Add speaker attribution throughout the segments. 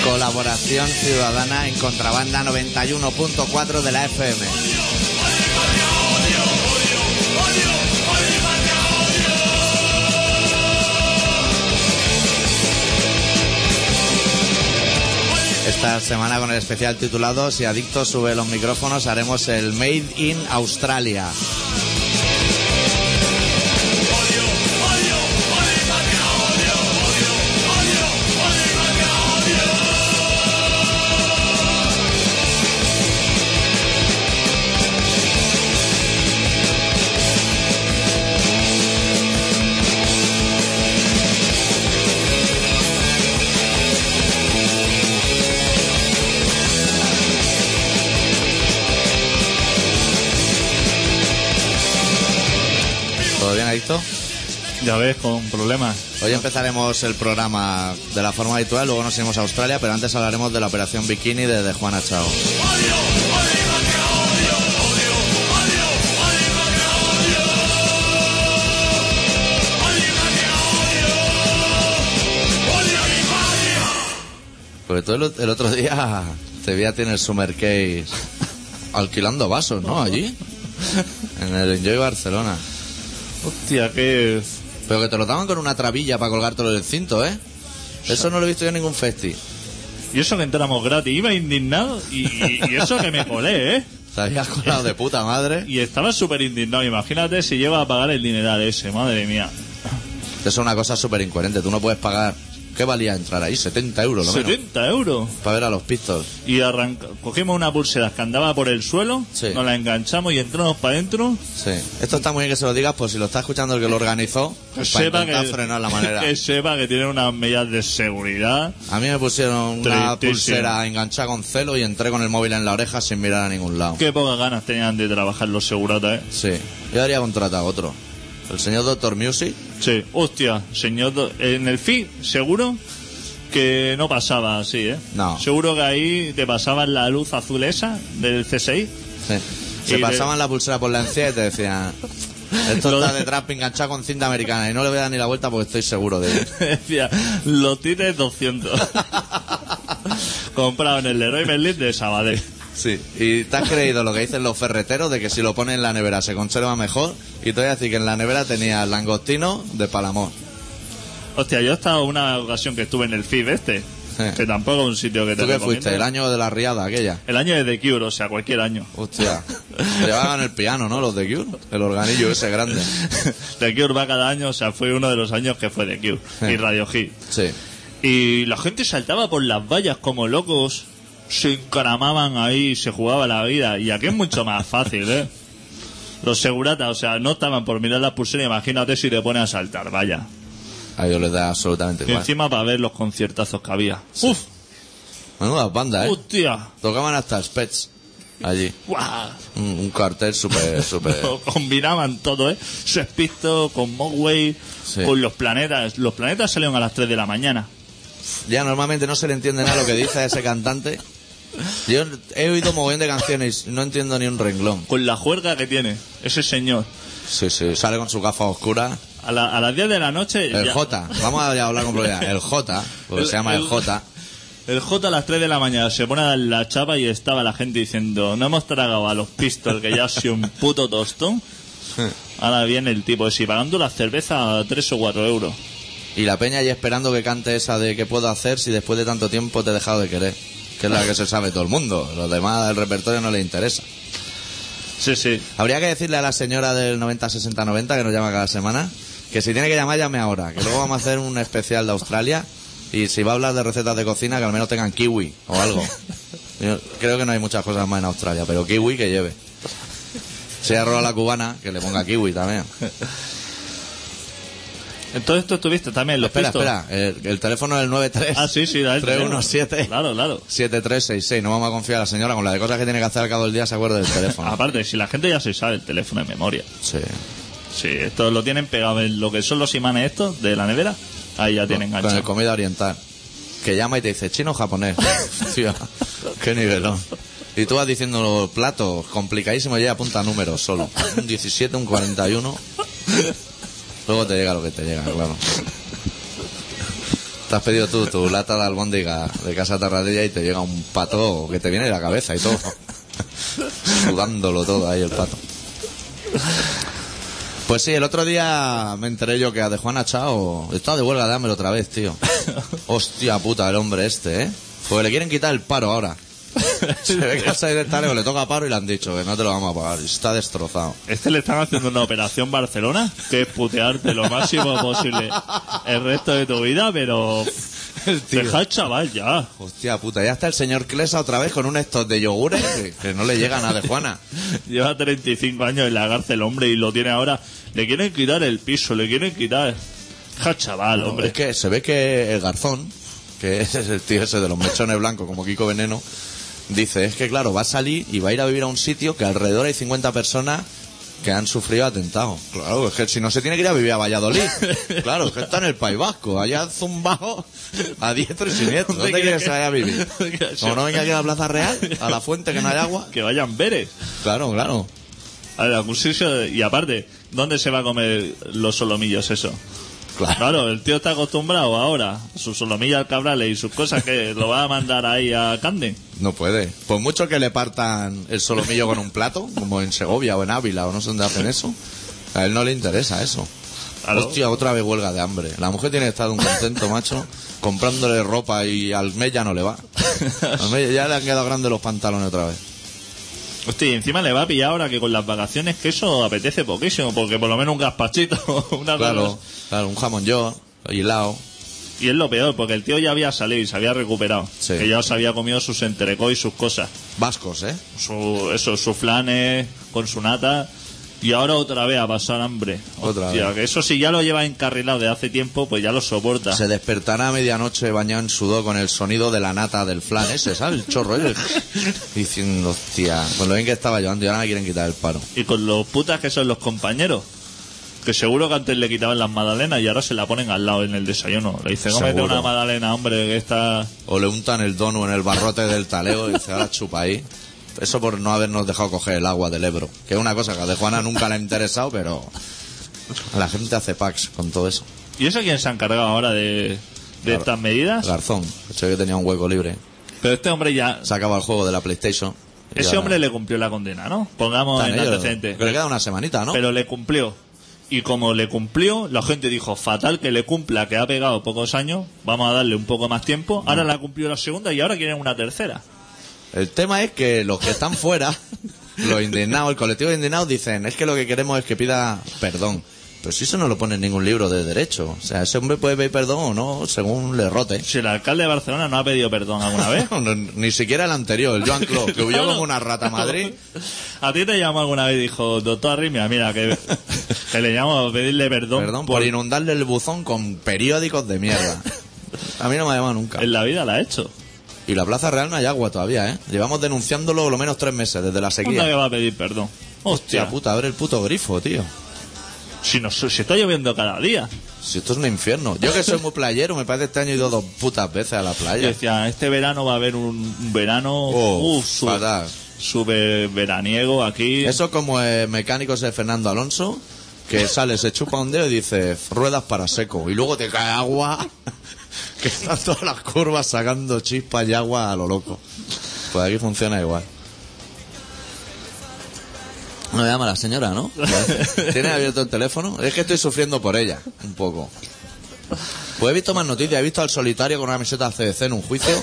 Speaker 1: Colaboración Ciudadana en Contrabanda 91.4 de la FM. Esta semana con el especial titulado Si Adicto sube los micrófonos haremos el Made in Australia. ¿Todo bien, Adicto?
Speaker 2: Ya ves, con problemas.
Speaker 1: Hoy empezaremos el programa de la forma habitual, luego nos iremos a Australia, pero antes hablaremos de la operación Bikini de, de Juana Chao. Porque tú el, o- el otro día te vi a ti en el Summer Case alquilando vasos, ¿no? Allí, en el Enjoy Barcelona.
Speaker 2: Hostia, que
Speaker 1: Pero que te lo daban con una trabilla para colgártelo del cinto, ¿eh? Eso no lo he visto yo en ningún festi.
Speaker 2: Y eso que entramos gratis, iba indignado. Y, y- y eso que me colé, ¿eh?
Speaker 1: Te habías colado de puta madre.
Speaker 2: Y estaba súper indignado. Imagínate si lleva a pagar el dineral ese, madre mía.
Speaker 1: Eso es una cosa súper incoherente. Tú no puedes pagar... ¿Qué valía entrar ahí? 70 euros lo menos.
Speaker 2: 70 euros.
Speaker 1: Para ver a los Pistols.
Speaker 2: Y arranca, cogimos una pulsera que andaba por el suelo,
Speaker 1: Sí.
Speaker 2: nos la enganchamos y entramos para adentro.
Speaker 1: Sí. Esto está muy bien que se lo digas, por si lo está escuchando el que lo organizó, para intentar frenar la manera.
Speaker 2: que sepa que tiene unas medidas de seguridad.
Speaker 1: A mí me pusieron una
Speaker 2: Tristísimo.
Speaker 1: pulsera enganchada con celo y entré con el móvil en la oreja sin mirar a ningún lado.
Speaker 2: Qué pocas ganas tenían de trabajar los seguratas, ¿eh?
Speaker 1: Sí. Yo habría contratado otro. El señor Doctor Music.
Speaker 2: Sí, hostia, señor. do- En el FI, seguro que no pasaba así, ¿eh?
Speaker 1: No.
Speaker 2: Seguro que ahí te pasaban la luz azul esa del CSI.
Speaker 1: Sí. Se
Speaker 2: Y de-
Speaker 1: pasaban la pulsera por la encía y te decían... Esto
Speaker 2: Lo
Speaker 1: está
Speaker 2: de-
Speaker 1: detrás enganchado con cinta americana y no le voy a dar ni la vuelta porque estoy seguro de ello.
Speaker 2: Decía, los tienes 200. Comprado en el Leroy Merlin de Sabadell.
Speaker 1: Sí. ¿Y te has creído lo que dicen los ferreteros de que si lo pones en la nevera se conserva mejor? Y te voy a decir que en la nevera tenía langostino de Palamón.
Speaker 2: Hostia, yo he estado una ocasión que estuve en el FIB este,
Speaker 1: Sí.
Speaker 2: que tampoco es un sitio que te
Speaker 1: ¿Tú qué
Speaker 2: recomiendo. ¿eh?
Speaker 1: fuiste? ¿El año de la riada aquella?
Speaker 2: El año es de Cure, o sea, cualquier año.
Speaker 1: Hostia. Llevaban el piano, ¿no? Los de Cure. El organillo ese grande.
Speaker 2: de Cure va cada año, o sea, fue uno de los años que fue de Cure
Speaker 1: Sí.
Speaker 2: y Radio Hit.
Speaker 1: Sí.
Speaker 2: Y la gente saltaba por las vallas como locos, se encaramaban ahí, se jugaba la vida. Y aquí es mucho más fácil, ¿eh? Los seguratas, o sea, no estaban por mirar las pulseras, imagínate si te pones a saltar, vaya.
Speaker 1: A ellos les da absolutamente
Speaker 2: Y
Speaker 1: igual.
Speaker 2: encima para ver los conciertazos que había. ¡Uf!
Speaker 1: Menudas bandas, ¿eh?
Speaker 2: ¡Hostia!
Speaker 1: Tocaban hasta Spets allí.
Speaker 2: ¡Guau!
Speaker 1: Un, un cartel súper, súper...
Speaker 2: Lo combinaban todo, ¿eh? Sespisto con Mogway,
Speaker 1: Sí.
Speaker 2: con los planetas. Los planetas salieron a las 3 de la mañana.
Speaker 1: Ya normalmente no se le entiende nada lo que dice a ese cantante. Yo he oído mogollón de canciones, no entiendo ni un renglón.
Speaker 2: Con la juerga que tiene ese señor.
Speaker 1: Sí, sí, sale con su gafa oscura.
Speaker 2: A, la- a las 10 de la noche.
Speaker 1: El
Speaker 2: ya-
Speaker 1: J, vamos a hablar con propiedad. El J, porque
Speaker 2: El-
Speaker 1: se llama el
Speaker 2: el-
Speaker 1: J.
Speaker 2: El J a las 3 de la mañana se pone a dar la chapa y estaba la gente diciendo, no hemos tragado a los pistols que ya ha sido un puto tostón. Ahora viene el tipo ese pagando la cerveza a 3 o 4 euros.
Speaker 1: Y la peña ya esperando que cante esa de qué puedo hacer si después de tanto tiempo te he dejado de querer. Que es la que se sabe todo el mundo. Los demás del repertorio no les interesa.
Speaker 2: Sí, sí.
Speaker 1: Habría que decirle a la señora del 90-60-90 que nos llama cada semana que si tiene que llamar, llame ahora. Que luego vamos a hacer un especial de Australia. Y si va a hablar de recetas de cocina, que al menos tengan kiwi o algo. Yo creo que no hay muchas cosas más en Australia, pero kiwi que lleve. Si arroba la cubana, que le ponga kiwi también.
Speaker 2: Entonces tú estuviste también en los
Speaker 1: Espera,
Speaker 2: pistols.
Speaker 1: espera. El, el teléfono es el 93.
Speaker 2: Ah, sí, sí, da el
Speaker 1: 317.
Speaker 2: Claro, claro.
Speaker 1: 7366, no vamos a confiar a la señora con la de cosas que tiene que hacer al cabo del día se acuerda del teléfono.
Speaker 2: Aparte, si la gente ya se sabe el teléfono de memoria.
Speaker 1: Sí.
Speaker 2: Sí, esto lo tienen pegado en lo que son los imanes estos de la nevera. Ahí ya tienen
Speaker 1: Con el
Speaker 2: enganchado.
Speaker 1: comida oriental. Que llama y te dice chino o japonés. Tío, qué nivelón. Y tú vas diciendo los platos complicadísimos y ella apunta números solo. Un 17, un 41. Luego te llega lo que te llega, claro. Te has pedido tú tu lata de albóndiga de casa Tarradella y te llega un pato que te viene de la cabeza y todo. Sudándolo todo ahí el pato. Pues sí, el otro día me enteré yo que a de Juana Chao está de huelga de hambre otra vez, tío. Hostia puta, el hombre este, ¿eh? Porque le quieren quitar el paro ahora. Se ve que al salir del talego le toca paro y le han dicho que no te lo vamos a pagar. Y Está destrozado.
Speaker 2: Este le están haciendo una operación Barcelona, que es putearte lo máximo posible el resto de tu vida, pero deja al chaval ya.
Speaker 1: Hostia puta, ya está el señor Clesa otra vez con un estos de yogures que, que no le llegan a de Juana.
Speaker 2: Lleva 35 años en la cárcel, hombre, y lo tiene ahora. Le quieren quitar el piso, le quieren quitar... Deja al chaval, hombre.
Speaker 1: Es que se ve que el garzón, que es el tío ese de los mechones blancos como Kiko Veneno, dice, es que claro, va a salir y va a ir a vivir a un sitio que alrededor hay 50 personas que han sufrido atentados. Claro, es que si no se tiene que ir a vivir a Valladolid. Claro, es que está en el País Vasco, allá zumbado a diestro y siniestro.
Speaker 2: ¿Dónde
Speaker 1: ¿Dónde quieres
Speaker 2: quieres
Speaker 1: que vaya a vivir?
Speaker 2: que-
Speaker 1: Como no venga aquí a la Plaza Real, a la fuente que no hay agua.
Speaker 2: Que vayan veres.
Speaker 1: Claro, claro.
Speaker 2: A ver, algún sitio de- y aparte, ¿dónde se va a comer los solomillos eso?
Speaker 1: Claro.
Speaker 2: Claro, el tío está acostumbrado ahora a sus solomillas al cabrales y sus cosas que lo va a mandar ahí a Canden.
Speaker 1: No puede. Por mucho que le partan el solomillo con un plato, como en Segovia o en Ávila o no sé dónde hacen eso, a él no le interesa eso.
Speaker 2: Claro.
Speaker 1: Hostia, otra vez huelga de hambre. La mujer tiene que estar de un contento, macho, comprándole ropa y al mes ya no le va. Al mes ya le han quedado grandes los pantalones otra vez.
Speaker 2: Hostia, y encima le va a pillar ahora que con las vacaciones que eso apetece poquísimo, porque por lo menos un gazpachito, una cosa-
Speaker 1: Claro, claro, un jamón yo, hilado.
Speaker 2: Y es lo peor, porque el tío ya había salido y se había recuperado.
Speaker 1: Sí.
Speaker 2: Que ya os había comido sus entrecó y sus cosas.
Speaker 1: Vascos, ¿eh?
Speaker 2: Su, eso, sus flanes con su nata. Y ahora otra vez a pasar hambre.
Speaker 1: Otra
Speaker 2: Hostia,
Speaker 1: vez.
Speaker 2: que eso si ya lo lleva encarrilado de hace tiempo, pues ya lo soporta.
Speaker 1: Se despertará a medianoche bañado en sudor con el sonido de la nata del flan ese, ¿sabes? El chorro ese. Diciendo, hostia, con lo bien que estaba yo antes y ahora me quieren quitar el paro.
Speaker 2: Y con los putas que son los compañeros. Que seguro que antes le quitaban las magdalenas y ahora se la ponen al lado en el desayuno. Le dice, cómete
Speaker 1: Seguro.
Speaker 2: una magdalena, hombre, que está...
Speaker 1: O le untan el dono en el barrote del taleo y se la chupa ahí. Eso por no habernos dejado coger el agua del Ebro. Que es una cosa que a de Juana nunca le ha interesado, pero a la gente hace packs con todo eso.
Speaker 2: ¿Y eso quién se ha encargado ahora de, de estas medidas?
Speaker 1: Garzón, sé que tenía un hueco libre.
Speaker 2: Pero este hombre ya...
Speaker 1: Se acaba el juego de la PlayStation. y
Speaker 2: Ese
Speaker 1: ahora
Speaker 2: hombre le cumplió la condena, ¿no? Pongamos
Speaker 1: están
Speaker 2: en
Speaker 1: ellos.
Speaker 2: antecedente.
Speaker 1: Pero le queda una semanita, ¿no?
Speaker 2: Pero le cumplió. Y como le cumplió, la gente dijo, fatal que le cumpla, que ha pegado pocos años, vamos a darle un poco más
Speaker 1: Mm.
Speaker 2: tiempo. Ahora la cumplió la segunda y ahora quieren una tercera.
Speaker 1: El tema es que los que están fuera, los indignados, el colectivo de indignados dicen, es que lo que queremos es que pida perdón. Pero si eso no lo pone en ningún libro de derecho. O sea, ese hombre puede pedir perdón o no según le rote.
Speaker 2: Si el alcalde de Barcelona no ha pedido perdón alguna vez.
Speaker 1: ¿Eh? No, no, ni siquiera el anterior, el Joan Clos, que huyó
Speaker 2: Claro.
Speaker 1: como una rata a Madrid.
Speaker 2: A ti te llamó alguna vez y dijo, doctor Arrimia, mira, que, que le llamo a pedirle perdón,
Speaker 1: Perdón por inundarle el buzón con periódicos de mierda. A mí no me ha llamado nunca.
Speaker 2: En la vida la ha hecho.
Speaker 1: Y la Plaza Real no hay agua todavía, ¿eh? Llevamos denunciándolo lo menos tres meses, desde la
Speaker 2: ¿Cuándo que
Speaker 1: sequía.
Speaker 2: va a pedir perdón? Hostia,
Speaker 1: Hostia puta, abre el puto grifo, tío.
Speaker 2: si, nos, si está lloviendo cada día.
Speaker 1: Si esto es un infierno. Yo que soy muy playero, me parece este año he ido dos putas veces a la
Speaker 2: Yo
Speaker 1: playa.
Speaker 2: decía, este verano va a haber un, un verano
Speaker 1: Oh,
Speaker 2: uf, su-
Speaker 1: fatal.
Speaker 2: super veraniego aquí.
Speaker 1: Eso como el mecánico ese Fernando Alonso, que sale, se chupa un dedo y dice, ruedas para seco. Y luego te cae agua, que están todas las curvas sacando chispas y agua a lo loco. Pues aquí funciona igual. No me llama la señora, ¿no? ¿Tiene abierto el teléfono? Es que estoy sufriendo por ella, un poco. Pues he visto más noticias, he visto al solitario con una camiseta CDC en un juicio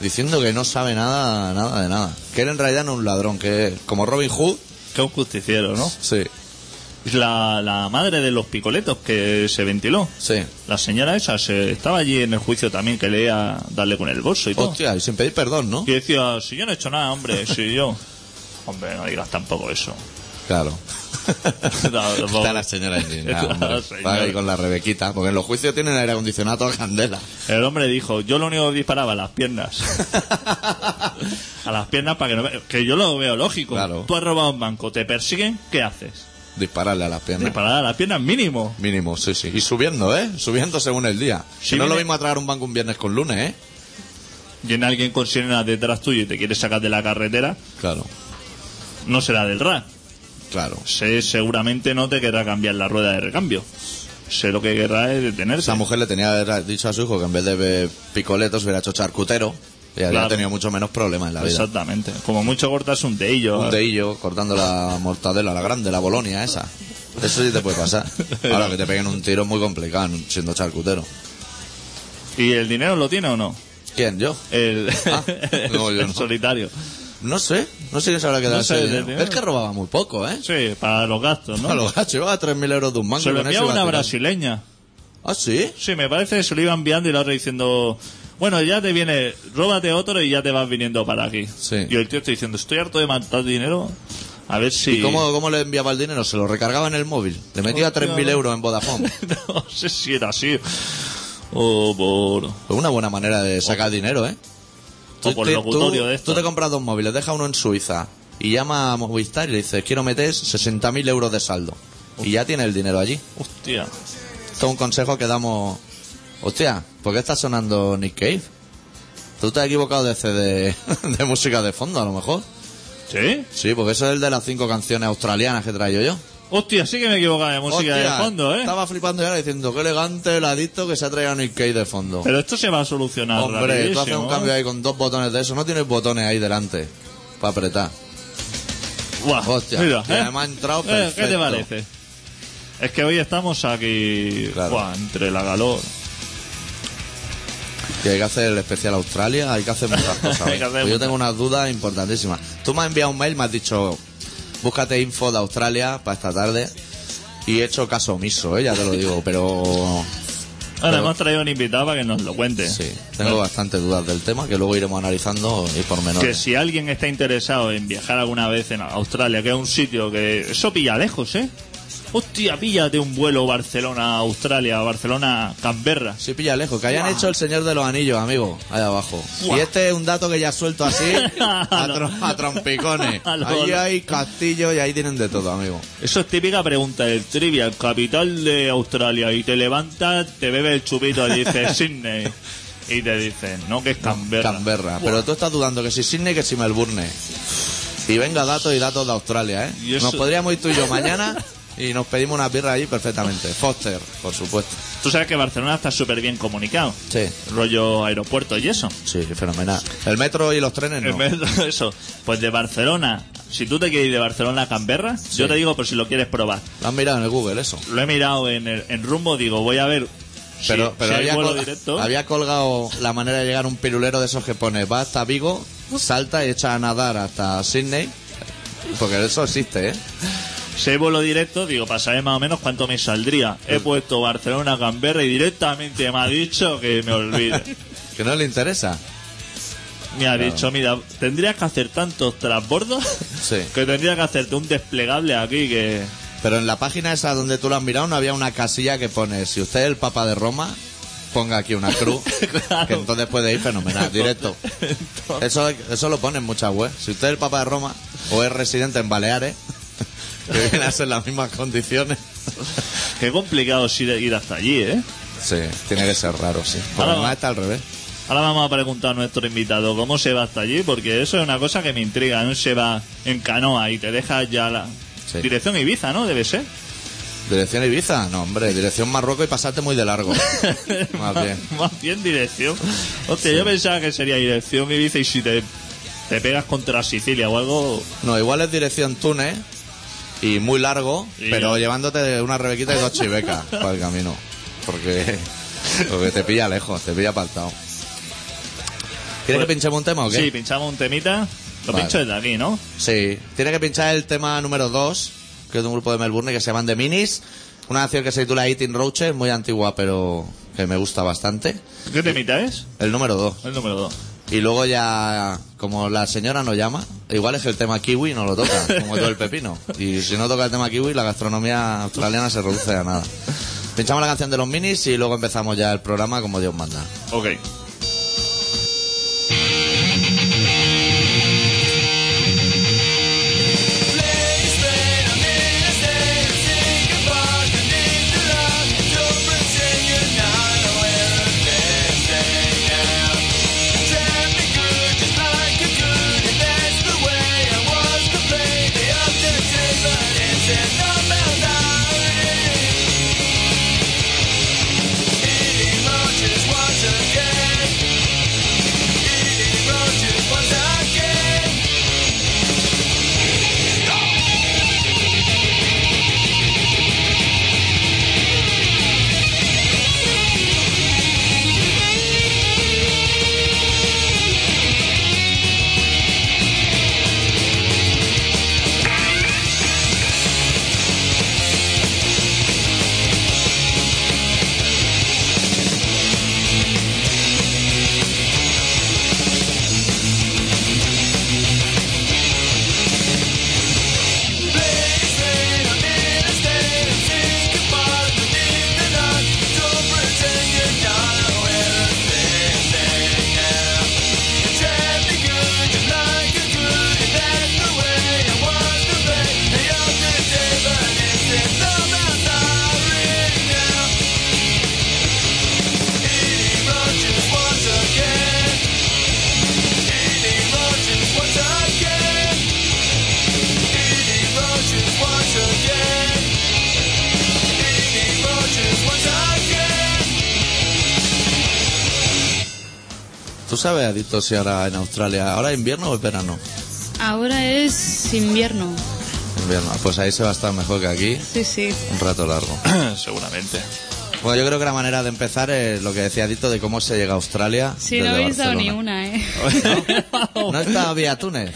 Speaker 1: diciendo que no sabe nada, nada de nada. Que él en realidad no es un ladrón, que es como Robin Hood,
Speaker 2: Que un justiciero, ¿no?
Speaker 1: Sí,
Speaker 2: La, la madre de los picoletos que se ventiló.
Speaker 1: sí.
Speaker 2: La señora esa se, estaba allí en el juicio también que leía darle con el bolso y todo.
Speaker 1: Hostia, y sin pedir perdón, ¿no?
Speaker 2: Y decía, si yo no he hecho nada, hombre, si yo. Hombre, no digas tampoco eso.
Speaker 1: Claro.
Speaker 2: tampoco.
Speaker 1: Está la señora indignada,
Speaker 2: Está la
Speaker 1: hombre.
Speaker 2: señora.
Speaker 1: Va ahí con la Rebequita, porque en los juicios tienen aire acondicionado a candela.
Speaker 2: El hombre dijo, yo lo único que disparaba a las piernas. a las piernas para que no ve- Que yo lo veo lógico.
Speaker 1: Claro.
Speaker 2: Tú has robado un banco, te persiguen, ¿qué haces?
Speaker 1: Dispararle a las piernas.
Speaker 2: Disparar a las piernas mínimo.
Speaker 1: Mínimo, sí, sí. Y subiendo, ¿eh? Subiendo según el día.
Speaker 2: Sí,
Speaker 1: Que no es lo
Speaker 2: viene-
Speaker 1: mismo atraer un banco un viernes con lunes, ¿eh?
Speaker 2: Viene alguien con sirenas detrás tuyo y te quiere sacar de la carretera,
Speaker 1: Claro,
Speaker 2: no será del RAC.
Speaker 1: claro.
Speaker 2: Se, seguramente no te querrá cambiar la rueda de recambio. sé lo que querrá es detenerse.
Speaker 1: Esa mujer le tenía dicho a su hijo que en vez de eh, picoletos hubiera hecho charcutero y habría
Speaker 2: Claro.
Speaker 1: tenido mucho menos problemas en la vida.
Speaker 2: Exactamente. Como mucho cortas un teillo.
Speaker 1: Un deillo cortando la mortadela, la grande, la bolonia esa. Eso sí te puede pasar. Ahora que te peguen un tiro es muy complicado siendo charcutero.
Speaker 2: ¿Y el dinero lo tiene o no?
Speaker 1: ¿Quién? ¿Yo?
Speaker 2: El,
Speaker 1: Ah, no, yo
Speaker 2: el
Speaker 1: no.
Speaker 2: solitario.
Speaker 1: No sé. No sé qué se habrá quedado
Speaker 2: No
Speaker 1: ese
Speaker 2: sé,
Speaker 1: dinero.
Speaker 2: del dinero.
Speaker 1: Es que robaba muy poco, ¿eh?
Speaker 2: Sí, para los gastos, ¿no?
Speaker 1: A los gachos, llevaba 3.000 euros de un mango.
Speaker 2: Se lo
Speaker 1: con eso
Speaker 2: enviaba
Speaker 1: iba
Speaker 2: una
Speaker 1: tirando.
Speaker 2: brasileña.
Speaker 1: ¿Ah, sí?
Speaker 2: Sí, me parece que se lo iba enviando y la otra diciendo, bueno, ya te viene, róbate otro y ya te vas viniendo para aquí.
Speaker 1: Sí.
Speaker 2: Y el tío está diciendo, estoy harto de matar dinero, a ver si...
Speaker 1: ¿Y cómo, cómo le enviaba el dinero? Se lo recargaba en el móvil. Le metía
Speaker 2: Hostia.
Speaker 1: 3.000 euros en Vodafone.
Speaker 2: no sé si era así. O por...
Speaker 1: Pues una buena manera de sacar dinero, ¿eh?
Speaker 2: O por locutorio
Speaker 1: tú-
Speaker 2: de esto.
Speaker 1: Tú te compras dos móviles, deja uno en Suiza y llama a Movistar y le dices, quiero meter 60.000 euros de saldo. Y ya tiene el dinero allí.
Speaker 2: Hostia.
Speaker 1: Esto es un consejo que damos... Hostia, ¿por qué está sonando Nick Cave? Tú te has equivocado de CD de música de fondo, a lo mejor.
Speaker 2: ¿Sí?
Speaker 1: Sí, porque eso es el de las cinco canciones australianas que traigo yo.
Speaker 2: Hostia, sí que me equivocaba de música
Speaker 1: Hostia,
Speaker 2: de fondo, ¿eh?
Speaker 1: Estaba flipando y ahora diciendo, qué elegante el adicto que se ha traído Nick Cave de fondo.
Speaker 2: Pero esto se va a solucionar
Speaker 1: Hombre, tú haces
Speaker 2: rapidísimo,
Speaker 1: un
Speaker 2: ¿eh?
Speaker 1: cambio ahí con dos botones de eso. No tienes botones ahí delante para apretar.
Speaker 2: Buah,
Speaker 1: Hostia,
Speaker 2: mira,
Speaker 1: y
Speaker 2: ¿eh?
Speaker 1: además ha entrado
Speaker 2: Eh, ¿Qué te
Speaker 1: perfecto.
Speaker 2: parece? Es que hoy estamos aquí
Speaker 1: Claro.
Speaker 2: buah, entre la calor.
Speaker 1: Que hay que hacer el especial Australia, hay que hacer muchas cosas.
Speaker 2: Hay
Speaker 1: ¿eh?
Speaker 2: que hacer
Speaker 1: Pues yo
Speaker 2: muchas.
Speaker 1: tengo unas dudas importantísimas. Tú me has enviado un mail, me has dicho, búscate info de Australia para esta tarde. Y he hecho caso omiso, ¿eh? ya te lo digo, pero
Speaker 2: Ahora
Speaker 1: Pero-
Speaker 2: hemos traído un invitado para que nos lo cuente.
Speaker 1: sí, tengo bastantes dudas del tema que luego iremos analizando y por
Speaker 2: Que
Speaker 1: menores.
Speaker 2: si alguien está interesado en viajar alguna vez en Australia, que es un sitio que eso pilla lejos, ¿eh? Hostia, píllate un vuelo Barcelona-Australia, Barcelona-Canberra.
Speaker 1: Sí, pilla lejos, que hayan hecho el Señor de los Anillos, amigo, ahí abajo.
Speaker 2: Buah.
Speaker 1: Y este es un dato que ya suelto así, a, tro- a trompicones.
Speaker 2: A lo-
Speaker 1: Ahí hay castillos y ahí tienen de todo, amigo.
Speaker 2: Eso es típica pregunta del trivia, el capital de Australia, y te levantas, te bebes el chupito y dices Sydney. Y te dicen, no, que es Canberra.
Speaker 1: Canberra.
Speaker 2: Buah,
Speaker 1: Pero tú estás dudando que si Sydney que si Melbourne. Y venga datos y datos de Australia, ¿eh?
Speaker 2: Y eso-
Speaker 1: Nos podríamos ir tú y yo mañana y nos pedimos una birra allí perfectamente. Foster, por supuesto.
Speaker 2: Tú sabes que Barcelona está súper bien comunicado.
Speaker 1: Sí,
Speaker 2: Rollo aeropuerto y eso.
Speaker 1: sí, fenomenal. El metro y los trenes no.
Speaker 2: En vez de eso, pues de Barcelona. Si tú te quieres ir de Barcelona a Canberra, yo te digo por si lo quieres probar.
Speaker 1: Lo han mirado en el Google eso.
Speaker 2: Lo he mirado en, el- en rumbo, digo, voy a ver si-
Speaker 1: Pero,
Speaker 2: si,
Speaker 1: pero
Speaker 2: hay
Speaker 1: había,
Speaker 2: vuelo
Speaker 1: colga-
Speaker 2: directo.
Speaker 1: había colgado la manera de llegar un pirulero de esos que pone va hasta Vigo, salta y echa a nadar hasta Sydney. Porque eso existe, ¿eh?
Speaker 2: Si hay vuelo directo, digo, para saber más o menos cuánto me saldría. He puesto Barcelona a Canberra y directamente me ha dicho que me olvide.
Speaker 1: Que no le interesa.
Speaker 2: Me ha dicho, mira, tendrías que hacer tantos trasbordos
Speaker 1: Sí.
Speaker 2: que tendría que hacerte un desplegable aquí que...
Speaker 1: Pero en la página esa donde tú lo has mirado no había una casilla que pone, si usted es el Papa de Roma, ponga aquí una cruz,
Speaker 2: Claro.
Speaker 1: que entonces puede ir fenomenal, directo. Eso, eso lo pone en muchas webs. Si usted es el Papa de Roma o es residente en Baleares, que viene a ser las mismas condiciones.
Speaker 2: Qué complicado es ir, ir hasta allí, ¿eh?
Speaker 1: Sí, tiene que ser raro, sí. Por
Speaker 2: Ahora-
Speaker 1: lo demás está al revés.
Speaker 2: Ahora vamos a preguntar a nuestro invitado cómo se va hasta allí, porque eso es una cosa que me intriga. No se va en canoa y te deja ya la
Speaker 1: Sí.
Speaker 2: dirección Ibiza, ¿no? Debe ser.
Speaker 1: ¿Dirección Ibiza? No, hombre, dirección Marruecos y pasarte muy de largo. Más bien.
Speaker 2: Más bien dirección. Hostia, yo pensaba que sería dirección Ibiza y si te, te pegas contra Sicilia o algo.
Speaker 1: No, igual es dirección Túnez y muy largo,
Speaker 2: Y-
Speaker 1: pero llevándote una rebequita y dos chivecas para el camino. Porque, porque te pilla lejos, te pilla apartado. ¿Quieres
Speaker 2: Pues-
Speaker 1: que pinchemos un tema o qué?
Speaker 2: Sí, pinchamos un temita. Lo
Speaker 1: Vale.
Speaker 2: pincho desde aquí, ¿no?
Speaker 1: Sí. Tiene que pinchar el tema número 2, que es de un grupo de Melbourne que se llaman The Minis. Una canción que se titula Eating Roaches, muy antigua, pero que me gusta bastante.
Speaker 2: ¿Qué temita es?
Speaker 1: El número 2.
Speaker 2: El número 2.
Speaker 1: Y luego ya, como la señora no llama, igual es que el tema kiwi no lo toca, como todo el pepino. Y si no toca el tema kiwi, la gastronomía australiana se reduce a nada. Pinchamos la canción de los minis y luego empezamos ya el programa como Dios manda.
Speaker 2: Ok.
Speaker 3: Thank you
Speaker 1: ¿Tú sabes, Adicto, si ahora en Australia, ahora es invierno o es verano?
Speaker 3: Ahora es invierno.
Speaker 1: Invierno. Pues ahí se va a estar mejor que aquí,
Speaker 3: Sí, sí.
Speaker 1: un rato largo.
Speaker 2: Seguramente.
Speaker 1: Bueno, yo creo que la manera de empezar es lo que decía Adicto de cómo se llega a Australia.
Speaker 3: Sí,
Speaker 1: desde
Speaker 3: no habéis dado ni
Speaker 1: Barcelona.
Speaker 3: una, ¿eh?
Speaker 1: No está vía Túnez.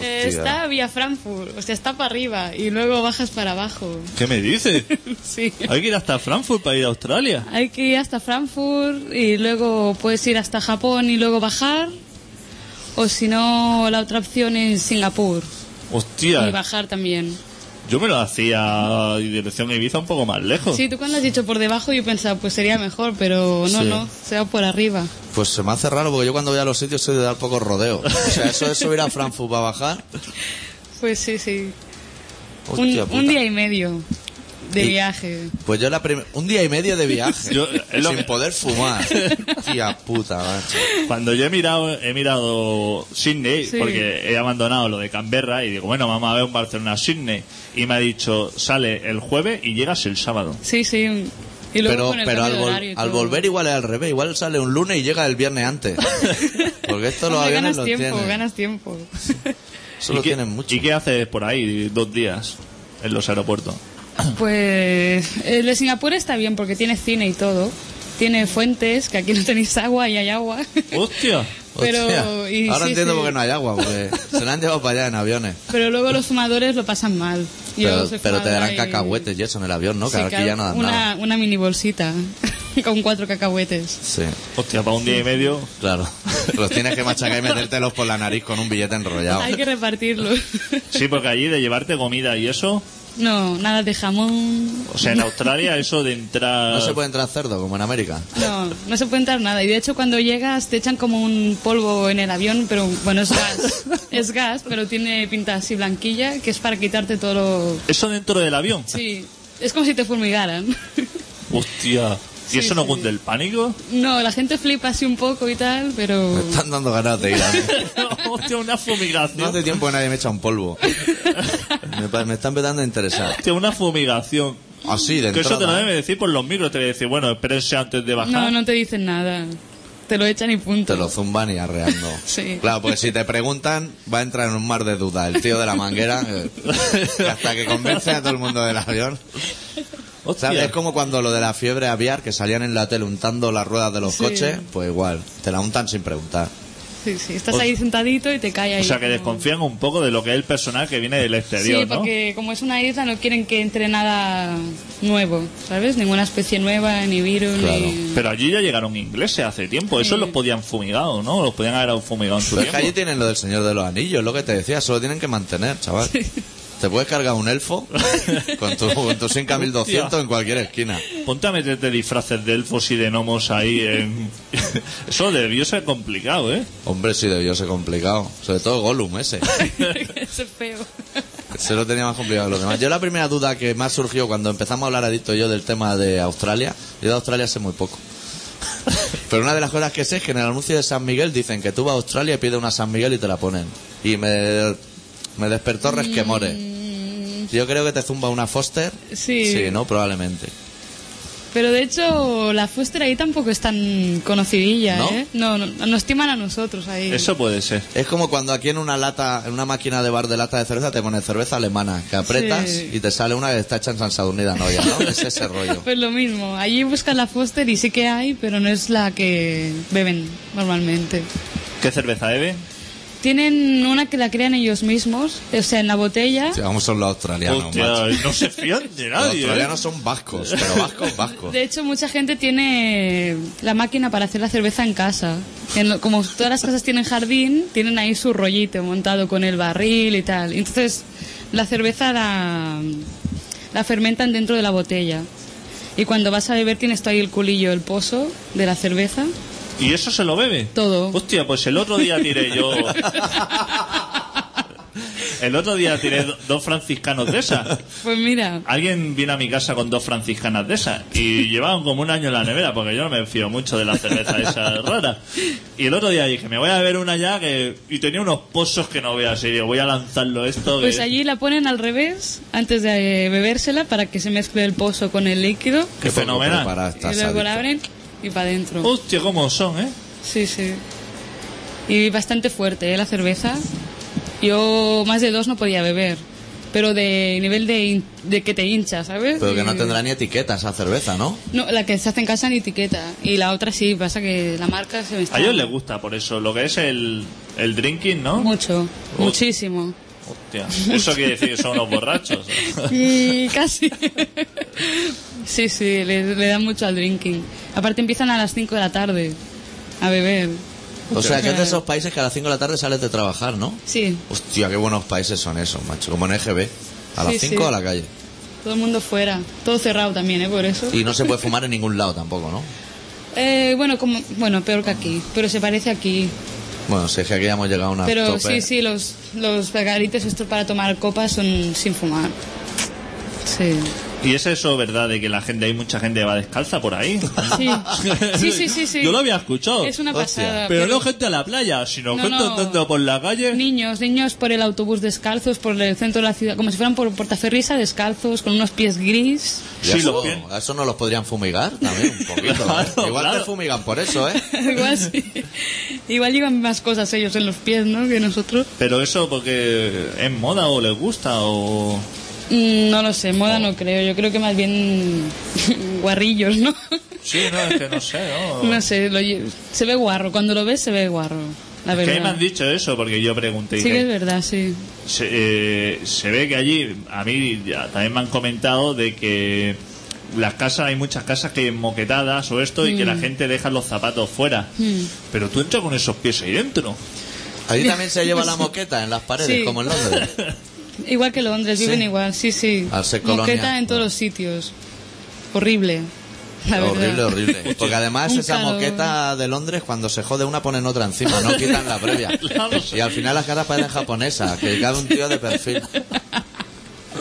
Speaker 3: Eh, está vía Frankfurt, o sea, está para arriba y luego bajas para abajo.
Speaker 2: ¿Qué me dices?
Speaker 3: Sí.
Speaker 2: Hay que ir hasta Frankfurt para ir a Australia.
Speaker 3: Hay que ir hasta Frankfurt y luego puedes ir hasta Japón y luego bajar. O si no, la otra opción es Singapur y
Speaker 2: Hostia,
Speaker 3: bajar también.
Speaker 2: yo me lo hacía y dirección a Ibiza un poco más
Speaker 1: Oh.
Speaker 2: lejos.
Speaker 3: Sí, tú cuando has dicho por debajo yo pensaba, pues sería mejor, pero no,
Speaker 2: Sí.
Speaker 3: no, se va por arriba.
Speaker 1: Pues se me hace raro porque yo cuando voy a los sitios soy de dar pocos rodeos. O sea, eso de subir a Frankfurt para bajar.
Speaker 3: Pues sí, sí. Un,
Speaker 1: Hostia,
Speaker 3: un
Speaker 1: puta.
Speaker 3: día y medio de
Speaker 1: Y-
Speaker 3: viaje.
Speaker 1: Pues yo la prim- un día y medio de viaje
Speaker 2: Yo- es lo
Speaker 1: sin
Speaker 2: que-
Speaker 1: poder fumar. Tía puta, macho.
Speaker 2: Cuando yo he mirado, he mirado Sydney,
Speaker 3: Sí.
Speaker 2: porque he abandonado lo de Canberra y digo, bueno, vamos a ver un Barcelona-Sydney. Y me ha dicho, sale el jueves y llegas el sábado.
Speaker 3: Sí, sí. Y luego
Speaker 1: Pero,
Speaker 3: con el
Speaker 1: pero
Speaker 3: cambio
Speaker 1: al,
Speaker 3: de
Speaker 1: vol-
Speaker 3: horario y
Speaker 1: al
Speaker 3: todo.
Speaker 1: volver igual es al revés. Igual sale un lunes y llega el viernes antes. Porque esto los
Speaker 3: Hombre,
Speaker 1: aviones
Speaker 3: ganas
Speaker 1: lo
Speaker 3: tiempo,
Speaker 1: tienen.
Speaker 3: ganas tiempo.
Speaker 1: Eso
Speaker 2: ¿Y
Speaker 1: lo
Speaker 2: qué-
Speaker 1: tienen mucho.
Speaker 2: ¿Y qué haces por ahí dos días en los aeropuertos?
Speaker 3: Pues el de Singapur está bien porque tiene cine y todo. Tiene fuentes, que aquí no tenéis agua y hay agua.
Speaker 2: ¡Hostia!
Speaker 3: Pero,
Speaker 1: Hostia,
Speaker 3: y
Speaker 1: ahora
Speaker 3: sí,
Speaker 1: entiendo
Speaker 3: sí.
Speaker 1: por qué no hay agua, porque se la han llevado para allá en aviones.
Speaker 3: Pero luego los fumadores lo pasan mal. Yo
Speaker 1: Pero,
Speaker 3: soy
Speaker 1: pero te
Speaker 3: fumadora
Speaker 1: darán
Speaker 3: y-
Speaker 1: cacahuetes y eso en el avión, ¿no?
Speaker 3: Sí,
Speaker 1: Que aquí
Speaker 3: claro,
Speaker 1: ya no dan nada.
Speaker 3: una, una mini bolsita con cuatro cacahuetes.
Speaker 1: Sí,
Speaker 2: Hostia, para un día y medio.
Speaker 1: claro. Los tienes que machacar y metértelos por la nariz con un billete enrollado.
Speaker 3: Hay que repartirlo.
Speaker 2: Sí, porque allí de llevarte comida y eso.
Speaker 3: No, nada de jamón.
Speaker 2: O sea, en Australia eso de entrar.
Speaker 1: No se puede entrar cerdo, como en América.
Speaker 3: No, no se puede entrar nada. Y de hecho cuando llegas te echan como un polvo en el avión, pero bueno, es gas. es gas, pero tiene pinta así blanquilla, que es para quitarte todo lo...
Speaker 2: Eso dentro del avión.
Speaker 3: Sí, es como si te fumigaran.
Speaker 2: Hostia. ¿Y
Speaker 3: Sí,
Speaker 2: eso no
Speaker 3: sí.
Speaker 2: cunde el pánico?
Speaker 3: No, la gente flipa así un poco y tal, pero...
Speaker 1: Me están dando ganas de ir a mí.
Speaker 2: Hostia, una
Speaker 1: No
Speaker 2: fumigación.
Speaker 1: hace tiempo que nadie me echa un polvo. Me, pa- me está empezando a interesar.
Speaker 2: Hostia, una fumigación.
Speaker 1: Así, de
Speaker 2: Que eso te lo
Speaker 1: entrada.
Speaker 2: deben decir por los micros. Te deben decir, bueno, espérense antes de bajar.
Speaker 3: No, no te dicen nada. Te lo echan y punto.
Speaker 1: Te lo zumban y arreando.
Speaker 3: Sí.
Speaker 1: Claro, porque si te preguntan, va a entrar en un mar de dudas. El tío de la manguera, eh, que hasta que convence a todo el mundo del avión.
Speaker 2: Hostia.
Speaker 1: ¿Sabes? Es como cuando lo de la fiebre aviar, que salían en la tele untando las ruedas de los
Speaker 3: Sí.
Speaker 1: coches, pues igual, te la untan sin preguntar.
Speaker 3: Sí, sí, estás ahí sentadito y te cae ahí.
Speaker 2: Pues O sea, que
Speaker 3: como-
Speaker 2: desconfían un poco de lo que es el personal que viene del exterior,
Speaker 3: Sí,
Speaker 2: ¿no?
Speaker 3: porque como es una isla no quieren que entre nada nuevo, ¿sabes? Ninguna especie nueva, ni virus, ni...
Speaker 2: Pero allí ya llegaron ingleses hace tiempo. Eso los podían fumigado, ¿no? Los podían haber fumigado en su
Speaker 1: Pero es que allí
Speaker 2: tiempo.
Speaker 1: tienen lo del Señor de los Anillos, lo que te decía, solo tienen que mantener, chaval. Te puedes cargar un elfo con tu, con tu 5.200 en cualquier esquina.
Speaker 2: Ponte a meterte disfraces de elfos y de gnomos ahí en... Eso debió ser complicado, ¿eh?
Speaker 1: Hombre, sí debió ser complicado. Sobre todo Gollum ese.
Speaker 3: Eso es feo.
Speaker 1: Se lo tenía más complicado que los demás. Yo la primera duda que más surgió cuando empezamos a hablar, Adicto y yo, del tema de Australia, yo de Australia sé muy poco. Pero una de las cosas que sé es que en el anuncio de San Miguel dicen que tú vas a Australia y pides una San Miguel y te la ponen. Y me, me despertó resquemores. Yo creo que te zumba una Foster.
Speaker 3: Sí.
Speaker 1: Sí, ¿no? Probablemente.
Speaker 3: Pero de hecho, la Foster ahí tampoco es tan conocidilla,
Speaker 1: ¿No?
Speaker 3: ¿eh? No, no, nos timan a nosotros ahí.
Speaker 2: Eso puede ser.
Speaker 1: Es como cuando aquí en una lata, en una máquina de bar de lata de cerveza te ponen cerveza alemana, que apretas
Speaker 3: Sí.
Speaker 1: y te sale una que está hecha en San Unida, ¿no? Ya, ¿no? Es ese rollo.
Speaker 3: Pues lo mismo, allí buscan la Foster y sí que hay, pero no es la que beben normalmente.
Speaker 2: ¿Qué cerveza bebe?
Speaker 3: Tienen una que la crean ellos mismos, o sea, en la botella.
Speaker 1: Sí, vamos son los australianos, macho.
Speaker 2: Hostia, no se fían de
Speaker 1: Los
Speaker 2: nadie. ¿eh?
Speaker 1: australianos son vascos, pero vascos, vascos.
Speaker 3: De hecho, mucha gente tiene la máquina para hacer la cerveza en casa. En lo- como todas las casas tienen jardín, tienen ahí su rollito montado con el barril y tal. Entonces, la cerveza la, la fermentan dentro de la botella. Y cuando vas a beber tienes tú ahí el culillo, el pozo de la cerveza.
Speaker 2: ¿Y eso se lo bebe?
Speaker 3: Todo.
Speaker 2: Hostia, pues el otro día tiré yo... El otro día tiré do- dos franciscanos de esas.
Speaker 3: Pues mira,
Speaker 2: Alguien vino a mi casa con dos franciscanas de esas y llevaban como un año en la nevera porque yo no me fío mucho de la cerveza esa rara. Y el otro día dije, me voy a beber una ya que... y tenía unos pozos que no veas y digo, voy a lanzarlo esto. que-
Speaker 3: pues allí la ponen al revés antes de eh, bebérsela para que se mezcle el pozo con el líquido.
Speaker 2: Qué
Speaker 1: poco
Speaker 2: fenomenal.
Speaker 1: preparado estás,
Speaker 3: Y luego la
Speaker 1: adicto.
Speaker 3: abren y para adentro.
Speaker 2: Hostia, cómo son, ¿eh?
Speaker 3: Sí, sí. Y bastante fuerte, ¿eh? La cerveza. Yo más de dos no podía beber. Pero de nivel de, hin- de que te hinchas, ¿sabes?
Speaker 1: Pero que
Speaker 3: Y-
Speaker 1: no tendrá ni etiqueta esa cerveza, ¿no?
Speaker 3: No, la que se hace en casa ni etiqueta. Y la otra sí, pasa que la marca se me está...
Speaker 2: A ellos les gusta por eso, lo que es el, el drinking, ¿no?
Speaker 3: Mucho, muchísimo.
Speaker 2: Hostia, eso quiere decir que son unos borrachos.
Speaker 3: Y casi. Sí, sí, le, le dan mucho al drinking. Aparte empiezan a las 5 de la tarde a beber.
Speaker 1: O sea, que es de
Speaker 3: Claro.
Speaker 1: esos países que a las 5 de la tarde sales de trabajar, ¿no?
Speaker 3: Sí,
Speaker 1: Hostia, qué buenos países son esos, macho. Como en EGB. A las
Speaker 3: Sí,
Speaker 1: 5
Speaker 3: sí.
Speaker 1: a la calle.
Speaker 3: todo el mundo fuera. Todo cerrado también, ¿eh? Por eso.
Speaker 1: Y no se puede fumar en ningún lado tampoco, ¿no?
Speaker 3: Eh, bueno, como, bueno, peor que aquí, pero se parece aquí.
Speaker 1: Bueno, si es que aquí ya hemos llegado a
Speaker 2: Ah,
Speaker 1: una
Speaker 3: Pero
Speaker 1: tope.
Speaker 3: sí, sí, los, los garites estos para tomar copas son sin fumar. Sí.
Speaker 2: Y es eso, ¿verdad? De que la gente, hay mucha gente que va descalza por ahí.
Speaker 3: Sí, sí, sí, sí. sí.
Speaker 2: Yo lo había escuchado.
Speaker 3: Es una
Speaker 1: Hostia.
Speaker 3: pasada.
Speaker 2: Pero no gente a la playa, sino
Speaker 3: No,
Speaker 2: gente
Speaker 3: no.
Speaker 2: andando por la calle.
Speaker 3: Niños, niños por el autobús descalzos, por el centro de la ciudad, como si fueran por Portaferrisa descalzos, con unos pies gris.
Speaker 1: ¿Y
Speaker 2: Sí,
Speaker 1: eso,
Speaker 2: lo bien.
Speaker 1: ¿a eso no los podrían fumigar también un poquito. ¿eh?
Speaker 2: Claro,
Speaker 1: Igual
Speaker 2: claro.
Speaker 1: te fumigan por eso, ¿eh?
Speaker 3: Igual sí. Igual llevan más cosas ellos en los pies, ¿no? Que nosotros.
Speaker 2: Pero eso porque es moda o les gusta o...
Speaker 3: Mm, No lo sé, moda no creo. Yo creo que más bien guarrillos, ¿no?
Speaker 2: Sí, no, es que no sé, ¿no?
Speaker 3: No sé, lo lle- se ve guarro. Cuando lo ves se ve guarro. La
Speaker 2: Es que ahí me
Speaker 3: verdad.
Speaker 2: han dicho eso porque yo pregunté. y
Speaker 3: Sí que
Speaker 2: dije,
Speaker 3: es verdad, sí.
Speaker 2: se, eh, se ve que allí, a mí ya también me han comentado de que las casas, hay muchas casas que moquetadas o esto y que
Speaker 3: Mm.
Speaker 2: la gente deja los zapatos fuera. Pero tú entras con esos pies ahí dentro.
Speaker 1: Allí también se lleva la moqueta en las paredes,
Speaker 3: Sí.
Speaker 1: como en Londres.
Speaker 3: Igual que Londres,
Speaker 1: Sí.
Speaker 3: viven igual, sí, sí.
Speaker 1: Al ser colonia.
Speaker 3: Moqueta en todos los sitios. Horrible. La verdad.
Speaker 1: horrible, horrible. Porque además
Speaker 3: Un
Speaker 1: esa
Speaker 3: calor.
Speaker 1: moqueta de Londres, cuando se jode una, ponen otra encima, no quitan la previa.
Speaker 2: Claro.
Speaker 1: Y al final las caras parecen japonesas, que cabe un tío de perfil.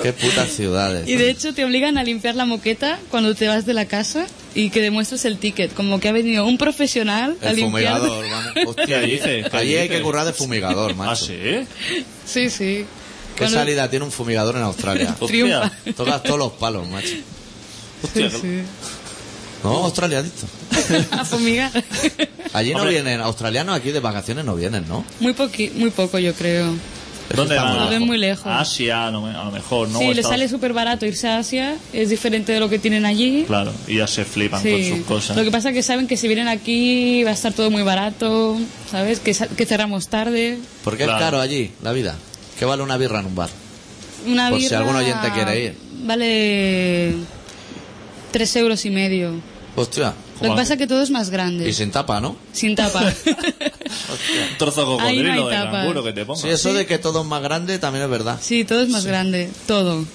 Speaker 1: Qué putas ciudades.
Speaker 3: Y de hecho te obligan a limpiar la moqueta cuando te vas de la casa y que demuestres el ticket, como que ha venido un profesional a
Speaker 1: El
Speaker 3: limpiar.
Speaker 1: fumigador, vamos. Hostia,
Speaker 2: ¿Qué
Speaker 1: allí,
Speaker 2: dices? ¿Qué
Speaker 1: allí hay
Speaker 2: dices?
Speaker 1: que currar de fumigador, macho.
Speaker 2: ¿Ah, sí?
Speaker 3: Sí, sí.
Speaker 1: ¿Qué
Speaker 3: Cuando-
Speaker 1: salida tiene un fumigador en Australia?
Speaker 2: Hostia.
Speaker 3: Triunfa.
Speaker 1: Tocas todos los palos, macho.
Speaker 2: Hostia,
Speaker 3: Sí,
Speaker 2: que-
Speaker 3: sí.
Speaker 1: No, Australia, adicto.
Speaker 3: A fumigar.
Speaker 1: Allí no
Speaker 2: Hombre.
Speaker 1: vienen, australianos aquí de vacaciones no vienen, ¿no?
Speaker 3: Muy, poqui- muy poco, yo creo.
Speaker 1: Es que
Speaker 2: ¿Dónde
Speaker 1: está
Speaker 2: van?
Speaker 1: muy
Speaker 3: Lo ven
Speaker 1: lejos.
Speaker 3: muy lejos.
Speaker 2: A Asia, a lo, me- a lo mejor, ¿no?
Speaker 3: sí,
Speaker 2: O
Speaker 3: les
Speaker 2: Estados-
Speaker 3: sale súper barato irse a Asia, es diferente de lo que tienen allí.
Speaker 2: Claro, y ya se flipan
Speaker 3: Sí.
Speaker 2: con sus cosas.
Speaker 3: Lo que pasa es que saben que si vienen aquí va a estar todo muy barato, ¿sabes? Que, sa- que cerramos tarde.
Speaker 1: ¿Por qué
Speaker 2: Claro.
Speaker 1: es caro allí la vida? ¿Qué vale una birra en un bar?
Speaker 3: Una
Speaker 1: Por si
Speaker 3: birra
Speaker 1: algún oyente quiere ir.
Speaker 3: Vale tres euros y medio.
Speaker 1: Hostia.
Speaker 3: Lo que
Speaker 2: Joder.
Speaker 3: pasa es que todo es más grande.
Speaker 1: Y sin tapa, ¿no?
Speaker 3: Sin tapa.
Speaker 2: Un trozo de
Speaker 3: Ahí no hay
Speaker 2: cocodrilo de
Speaker 3: tapas.
Speaker 2: canguro que te pongas.
Speaker 1: Sí, eso de que todo es más grande también es verdad.
Speaker 3: sí, todo es más grande. Todo.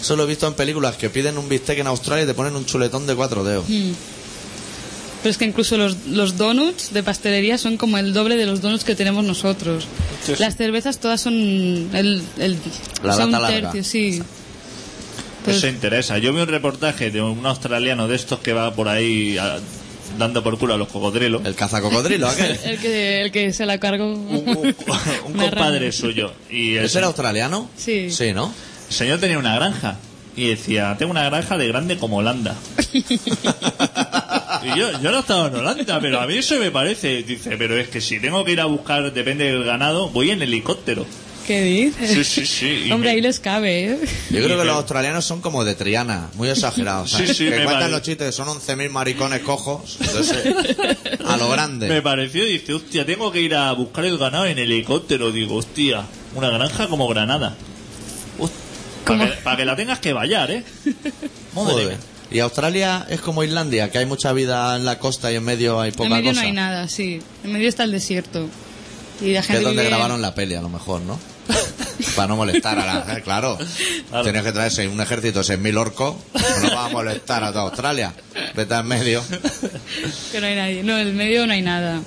Speaker 1: Eso lo he visto en películas que piden un bistec en Australia y te ponen un chuletón de cuatro dedos.
Speaker 3: Pero es que incluso los, los donuts de pastelería son como el doble de los donuts que tenemos nosotros.
Speaker 2: Sí, sí.
Speaker 3: Las cervezas todas son el, el
Speaker 1: La
Speaker 3: son
Speaker 1: lata
Speaker 3: un
Speaker 1: larga.
Speaker 3: tercio, sí. Pues-
Speaker 2: Eso interesa. Yo vi un reportaje de un australiano de estos que va por ahí a- dando por culo a los cocodrilos.
Speaker 1: El cazacocodrilo, aquel.
Speaker 3: El que, el que se la cargó.
Speaker 2: Un, un- un
Speaker 3: Me
Speaker 2: compadre
Speaker 3: arranca.
Speaker 2: suyo. Y el
Speaker 1: ¿Ese era australiano?
Speaker 3: Sí.
Speaker 1: Sí, ¿no?
Speaker 2: señor tenía una granja. Y decía, tengo una granja de grande como Holanda. Y yo, yo no estaba en Holanda, pero a mí eso me parece. Dice, pero es que si tengo que ir a buscar, depende del ganado, voy en helicóptero.
Speaker 3: ¿Qué dices?
Speaker 2: Sí, sí, sí. y
Speaker 3: Hombre,
Speaker 2: me-
Speaker 3: ahí les cabe, ¿eh?
Speaker 1: Yo creo
Speaker 2: me-
Speaker 1: que los australianos son como de Triana, muy exagerados. ¿sabes?
Speaker 2: Sí, sí,
Speaker 1: que
Speaker 2: me
Speaker 1: cuentan
Speaker 2: parece.
Speaker 1: los chistes, son 11.000 maricones cojos. Entonces, a lo
Speaker 2: Me
Speaker 1: grande.
Speaker 2: pareció, dice, hostia, tengo que ir a buscar el ganado en helicóptero. Digo, hostia, una granja como Granada. Para que, pa' que la tengas que vallar, ¿eh? Madre
Speaker 1: Joder.
Speaker 2: mía.
Speaker 1: Y Australia es como Islandia, que hay mucha vida en la costa y en medio hay poca
Speaker 3: en medio
Speaker 1: cosa.
Speaker 3: no hay nada, sí. En medio está el desierto. Y la
Speaker 1: Que
Speaker 3: gente
Speaker 1: es donde
Speaker 3: vive-
Speaker 1: grabaron la peli, a lo mejor, ¿no? Para no molestar a la... eh, Claro.
Speaker 2: Claro.
Speaker 1: Tienes que traerse un ejército de 6.000 orcos. pues No va a molestar a toda Australia. Vete en medio.
Speaker 3: Que no hay nadie. No, en medio no hay nada.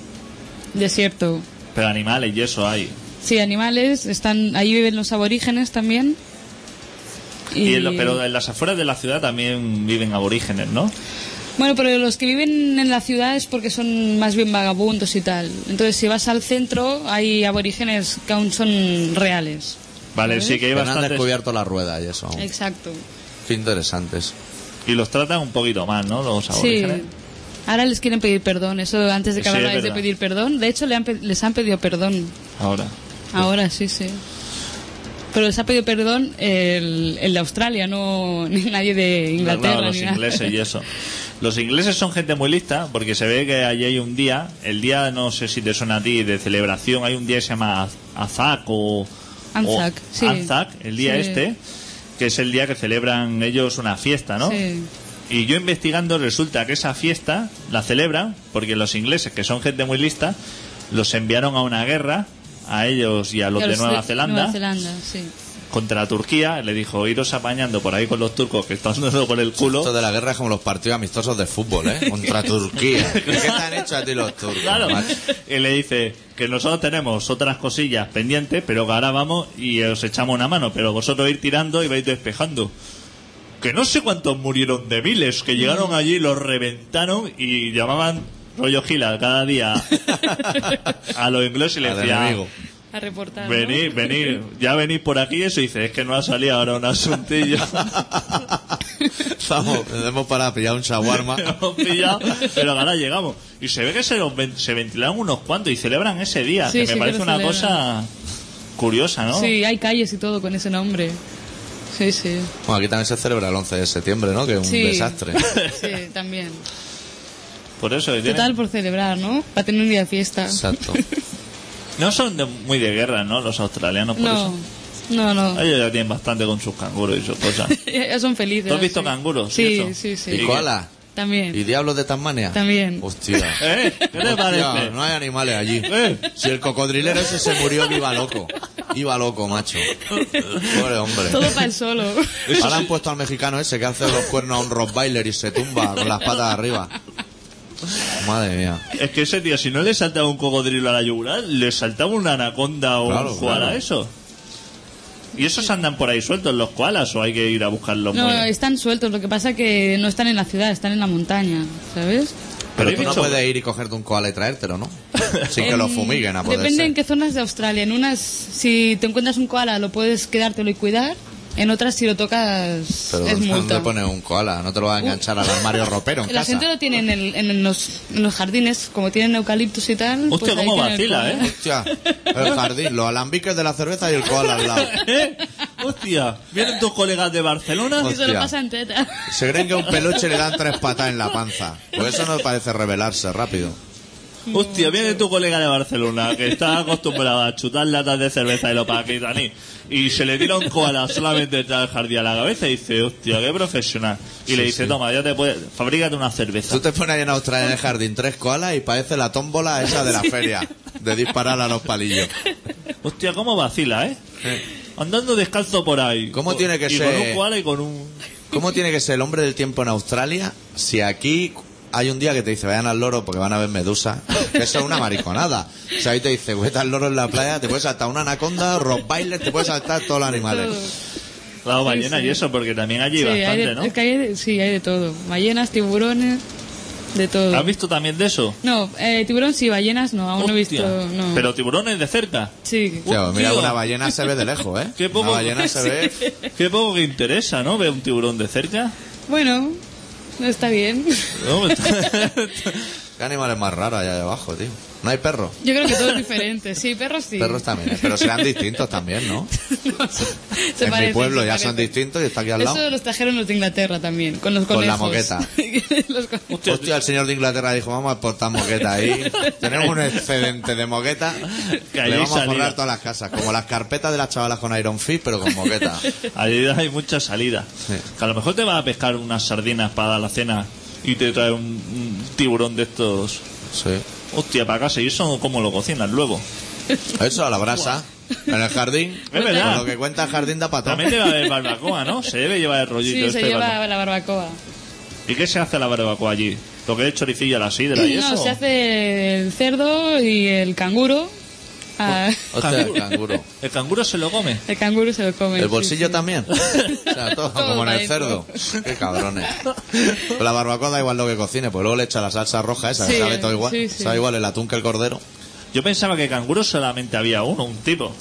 Speaker 3: Desierto.
Speaker 2: Pero animales y eso hay.
Speaker 3: Sí, animales. Están, ahí viven los aborígenes también.
Speaker 2: Y en lo- pero en las afueras de la ciudad también viven aborígenes, ¿no?
Speaker 3: Bueno, pero los que viven en la ciudad es porque son más bien vagabundos y tal. Entonces, si vas al centro, hay aborígenes que aún son reales.
Speaker 2: Vale, sí que hay
Speaker 1: Que no han
Speaker 2: bastantes.
Speaker 1: descubierto la rueda y eso.
Speaker 3: Exacto.
Speaker 1: Qué interesantes.
Speaker 2: Y los tratan un poquito más, ¿no? Los
Speaker 3: Sí.
Speaker 2: aborígenes.
Speaker 3: Ahora les quieren pedir perdón, eso antes de
Speaker 2: Sí,
Speaker 3: que
Speaker 2: es
Speaker 3: habláis de
Speaker 2: verdad.
Speaker 3: pedir perdón. De hecho, le han pe- les han pedido perdón
Speaker 2: Ahora.
Speaker 3: ahora, sí, sí. Pero les ha pedido perdón el, el de Australia, no ni nadie de Inglaterra.
Speaker 2: Claro, los
Speaker 3: ni nada.
Speaker 2: ingleses y eso. Los ingleses son gente muy lista porque se ve que allí hay un día, el día no sé si te suena a ti, de celebración, hay un día que se llama Az- Azak o
Speaker 3: Anzac,
Speaker 2: o
Speaker 3: sí.
Speaker 2: Anzac, el día
Speaker 3: Sí.
Speaker 2: este, que es el día que celebran ellos una fiesta, ¿no?
Speaker 3: Sí.
Speaker 2: Y yo investigando resulta que esa fiesta la celebran porque los ingleses, que son gente muy lista, los enviaron a una guerra a ellos y a los,
Speaker 3: Y a
Speaker 2: de Nueva Zelanda
Speaker 3: Nueva Zelanda, sí.
Speaker 2: contra Turquía, le dijo iros apañando por ahí con los turcos que están dando por el culo.
Speaker 1: Esto de la guerra es como los partidos amistosos de fútbol, ¿eh? Contra Turquía. ¿Qué te han hecho a ti los turcos?
Speaker 2: Claro.
Speaker 1: macho?
Speaker 2: Y le dice que nosotros tenemos otras cosillas pendientes, pero que ahora vamos y os echamos una mano. Pero vosotros ir tirando y vais despejando. Que no sé cuántos murieron de miles, que llegaron
Speaker 1: Mm.
Speaker 2: allí, los reventaron y llamaban rollo gila cada día a los ingleses y les
Speaker 1: Al
Speaker 2: decían...
Speaker 1: enemigo.
Speaker 3: A reportar. ¿no?
Speaker 2: Venid, venid, ya venid por aquí, eso y dice, es que no ha salido ahora un asuntillo.
Speaker 1: Vamos, tenemos para pillar un shawarma.
Speaker 2: Hemos pillado, pero ahora llegamos. Y se ve que se, los ven- se ventilaron unos cuantos y celebran ese día,
Speaker 3: Sí,
Speaker 2: que
Speaker 3: sí
Speaker 2: me
Speaker 3: que
Speaker 2: parece
Speaker 3: lo
Speaker 2: una
Speaker 3: celebran.
Speaker 2: cosa curiosa, ¿no?
Speaker 3: Sí, hay calles y todo con ese nombre. Sí, sí.
Speaker 1: Bueno, aquí también se celebra el 11 de septiembre, ¿no? Que es un
Speaker 3: Sí.
Speaker 1: desastre.
Speaker 3: Sí, también.
Speaker 2: Por eso. que tienen-
Speaker 3: Total por celebrar, ¿no? Para tener un día de fiesta.
Speaker 1: Exacto.
Speaker 2: No son de- muy de guerra, ¿no? Los australianos, por
Speaker 3: No,
Speaker 2: eso.
Speaker 3: no, no.
Speaker 2: Ellos ya tienen bastante con sus canguros y sus cosas.
Speaker 3: Ya son felices.
Speaker 2: ¿Tú has visto
Speaker 3: sí.
Speaker 2: canguros? y
Speaker 3: Sí,
Speaker 2: eso?
Speaker 3: sí, sí.
Speaker 1: ¿Y koala?
Speaker 3: También.
Speaker 1: ¿Y diablos de Tasmania?
Speaker 3: También.
Speaker 1: Hostia.
Speaker 2: ¿Eh? ¿Qué te
Speaker 1: Hostia,
Speaker 2: parece?
Speaker 1: no hay animales allí.
Speaker 2: ¿Eh?
Speaker 1: Si el cocodrilero ese se murió, que iba loco. Iba loco, macho. Pobre hombre.
Speaker 3: Todo para el solo.
Speaker 1: Ahora han puesto al mexicano ese que hace los cuernos a un rottweiler y se tumba con las patas arriba. Madre mía.
Speaker 2: Es que ese tío, si no le saltaba un cocodrilo a la yugular, le saltaba una anaconda o
Speaker 1: Claro,
Speaker 2: un koala,
Speaker 1: claro.
Speaker 2: eso. ¿Y esos andan por ahí sueltos los koalas o hay que ir a buscarlos?
Speaker 3: No,
Speaker 2: muy-
Speaker 3: están sueltos. Lo que pasa que no están en la ciudad, están en la montaña, ¿sabes?
Speaker 1: Pero
Speaker 2: ¿Habéis
Speaker 1: tú no
Speaker 2: visto-
Speaker 1: puedes ir y cogerte un koala y traértelo, ¿no? Sin que lo
Speaker 3: En-
Speaker 1: fumiguen a poder
Speaker 3: Em, Depende
Speaker 1: ser.
Speaker 3: en qué zonas de Australia. En unas, si te encuentras un koala, lo puedes quedártelo y cuidar. En otras, si lo tocas,
Speaker 1: Pero
Speaker 3: es
Speaker 1: ¿dónde
Speaker 3: multa.
Speaker 1: pones un koala? No te lo vas a enganchar al armario ropero en
Speaker 3: La
Speaker 1: casa.
Speaker 3: gente lo tiene en, el- en los, en los jardines, como tienen eucaliptus y tal.
Speaker 2: Hostia,
Speaker 3: pues ahí
Speaker 2: cómo
Speaker 3: tienen el
Speaker 2: vacila, ¿eh?
Speaker 3: koala.
Speaker 1: Hostia, el jardín, los alambiques de la cerveza y el koala al lado.
Speaker 2: ¿Eh? Hostia, vienen tus colegas de Barcelona.
Speaker 3: Y se lo
Speaker 1: Hostia.
Speaker 3: pasa en teta.
Speaker 1: Se creen que a un peluche le dan tres patas en la panza. Pues eso no parece revelarse rápido.
Speaker 2: Hostia, viene tu colega de Barcelona que está acostumbrado a chutar latas de cerveza y lo paquitaní. Y se le tira un koala solamente detrás del jardín a la cabeza y dice, hostia, qué profesional. Y le dice, toma, ya te puedes, fabrícate una cerveza.
Speaker 1: Tú te pones ahí en Australia en el jardín tres koalas y parece la tómbola esa de la feria, de disparar a los palillos.
Speaker 2: Hostia, cómo vacila, ¿eh? Andando descalzo por ahí.
Speaker 1: ¿Cómo
Speaker 2: Co-
Speaker 1: tiene que
Speaker 2: y
Speaker 1: ser?
Speaker 2: con un koala y con un...
Speaker 1: ¿Cómo tiene que ser el hombre del tiempo en Australia si aquí hay un día que te dice vayan al loro porque van a ver medusa? Que eso es una mariconada. O sea, ahí te dice, vete al loro en la playa, te puedes saltar una anaconda, rottweiler, te puedes saltar todos los animales.
Speaker 2: La ballena y eso, porque también allí
Speaker 3: Sí, hay
Speaker 2: bastante,
Speaker 3: de,
Speaker 2: ¿no?
Speaker 3: es que hay de- sí, hay de todo. Ballenas, tiburones, de todo.
Speaker 2: ¿Has visto también de eso?
Speaker 3: No, eh, tiburón sí, ballenas no, aún no he
Speaker 2: Hostia.
Speaker 3: visto. No.
Speaker 2: Pero tiburones de cerca.
Speaker 3: Sí.
Speaker 1: Tío, mira,
Speaker 2: Tío.
Speaker 1: una ballena se ve de lejos, ¿eh?
Speaker 2: Qué poco-
Speaker 1: Una ballena se ve...
Speaker 2: Qué poco que interesa, ¿no? Ver un tiburón de cerca.
Speaker 3: Bueno, no está bien.
Speaker 2: No,
Speaker 1: ¿Qué animales más raros hay ahí abajo, tío? ¿No hay perros?
Speaker 3: Yo creo que todo es diferente. Sí, perros sí.
Speaker 1: Perros también, ¿eh? pero serán distintos también, ¿no?
Speaker 3: No, se-
Speaker 1: en
Speaker 3: se
Speaker 1: mi
Speaker 3: parecen,
Speaker 1: pueblo
Speaker 3: se
Speaker 1: ya son
Speaker 3: parecen.
Speaker 1: distintos y está aquí al lado.
Speaker 3: Eso los trajeron los de Inglaterra también, con los
Speaker 1: Con la
Speaker 3: conejos.
Speaker 1: moqueta.
Speaker 3: Los conejos.
Speaker 2: Hostia,
Speaker 1: Hostia, el señor de Inglaterra dijo, vamos a exportar moqueta ahí. Tenemos un excedente de moqueta.
Speaker 2: Que
Speaker 1: Le
Speaker 2: allí
Speaker 1: vamos a
Speaker 2: salida.
Speaker 1: forrar todas las casas. Como las carpetas de las chavalas con Iron Fist, pero con moqueta.
Speaker 2: Ahí hay mucha salida.
Speaker 1: Sí.
Speaker 2: Que a lo mejor te vas a pescar unas sardinas para dar la cena y te trae un, un tiburón de estos.
Speaker 1: Sí.
Speaker 2: Hostia, para casa. ¿Y eso cómo lo cocinas luego?
Speaker 1: Eso, a la brasa. En el jardín.
Speaker 2: Es verdad.
Speaker 1: Con lo que cuenta el jardín da pato.
Speaker 2: También debe haber barbacoa, ¿no? Se debe llevar el rollito
Speaker 3: Sí,
Speaker 2: este
Speaker 3: se lleva
Speaker 2: barba-
Speaker 3: la barbacoa.
Speaker 2: ¿Y qué se hace a la barbacoa allí? ¿Lo que es choricillo a la sidra y
Speaker 3: No,
Speaker 2: eso?
Speaker 3: se hace el cerdo y el canguro. Ah,
Speaker 1: Hostia, el canguro.
Speaker 2: ¿El canguro se lo come?
Speaker 3: el canguro se lo come.
Speaker 1: ¿El
Speaker 3: sí,
Speaker 1: bolsillo
Speaker 3: sí.
Speaker 1: también? O sea, todo,
Speaker 3: Todo
Speaker 1: como en el
Speaker 3: dentro.
Speaker 1: cerdo. Qué cabrones. Pero la barbacoa da igual lo que cocine, pues luego le echa la salsa roja esa, que
Speaker 3: Sí,
Speaker 1: sabe todo igual.
Speaker 3: sí, sí.
Speaker 1: Sabe igual el atún que el cordero.
Speaker 2: Yo pensaba que canguro solamente había uno, un tipo.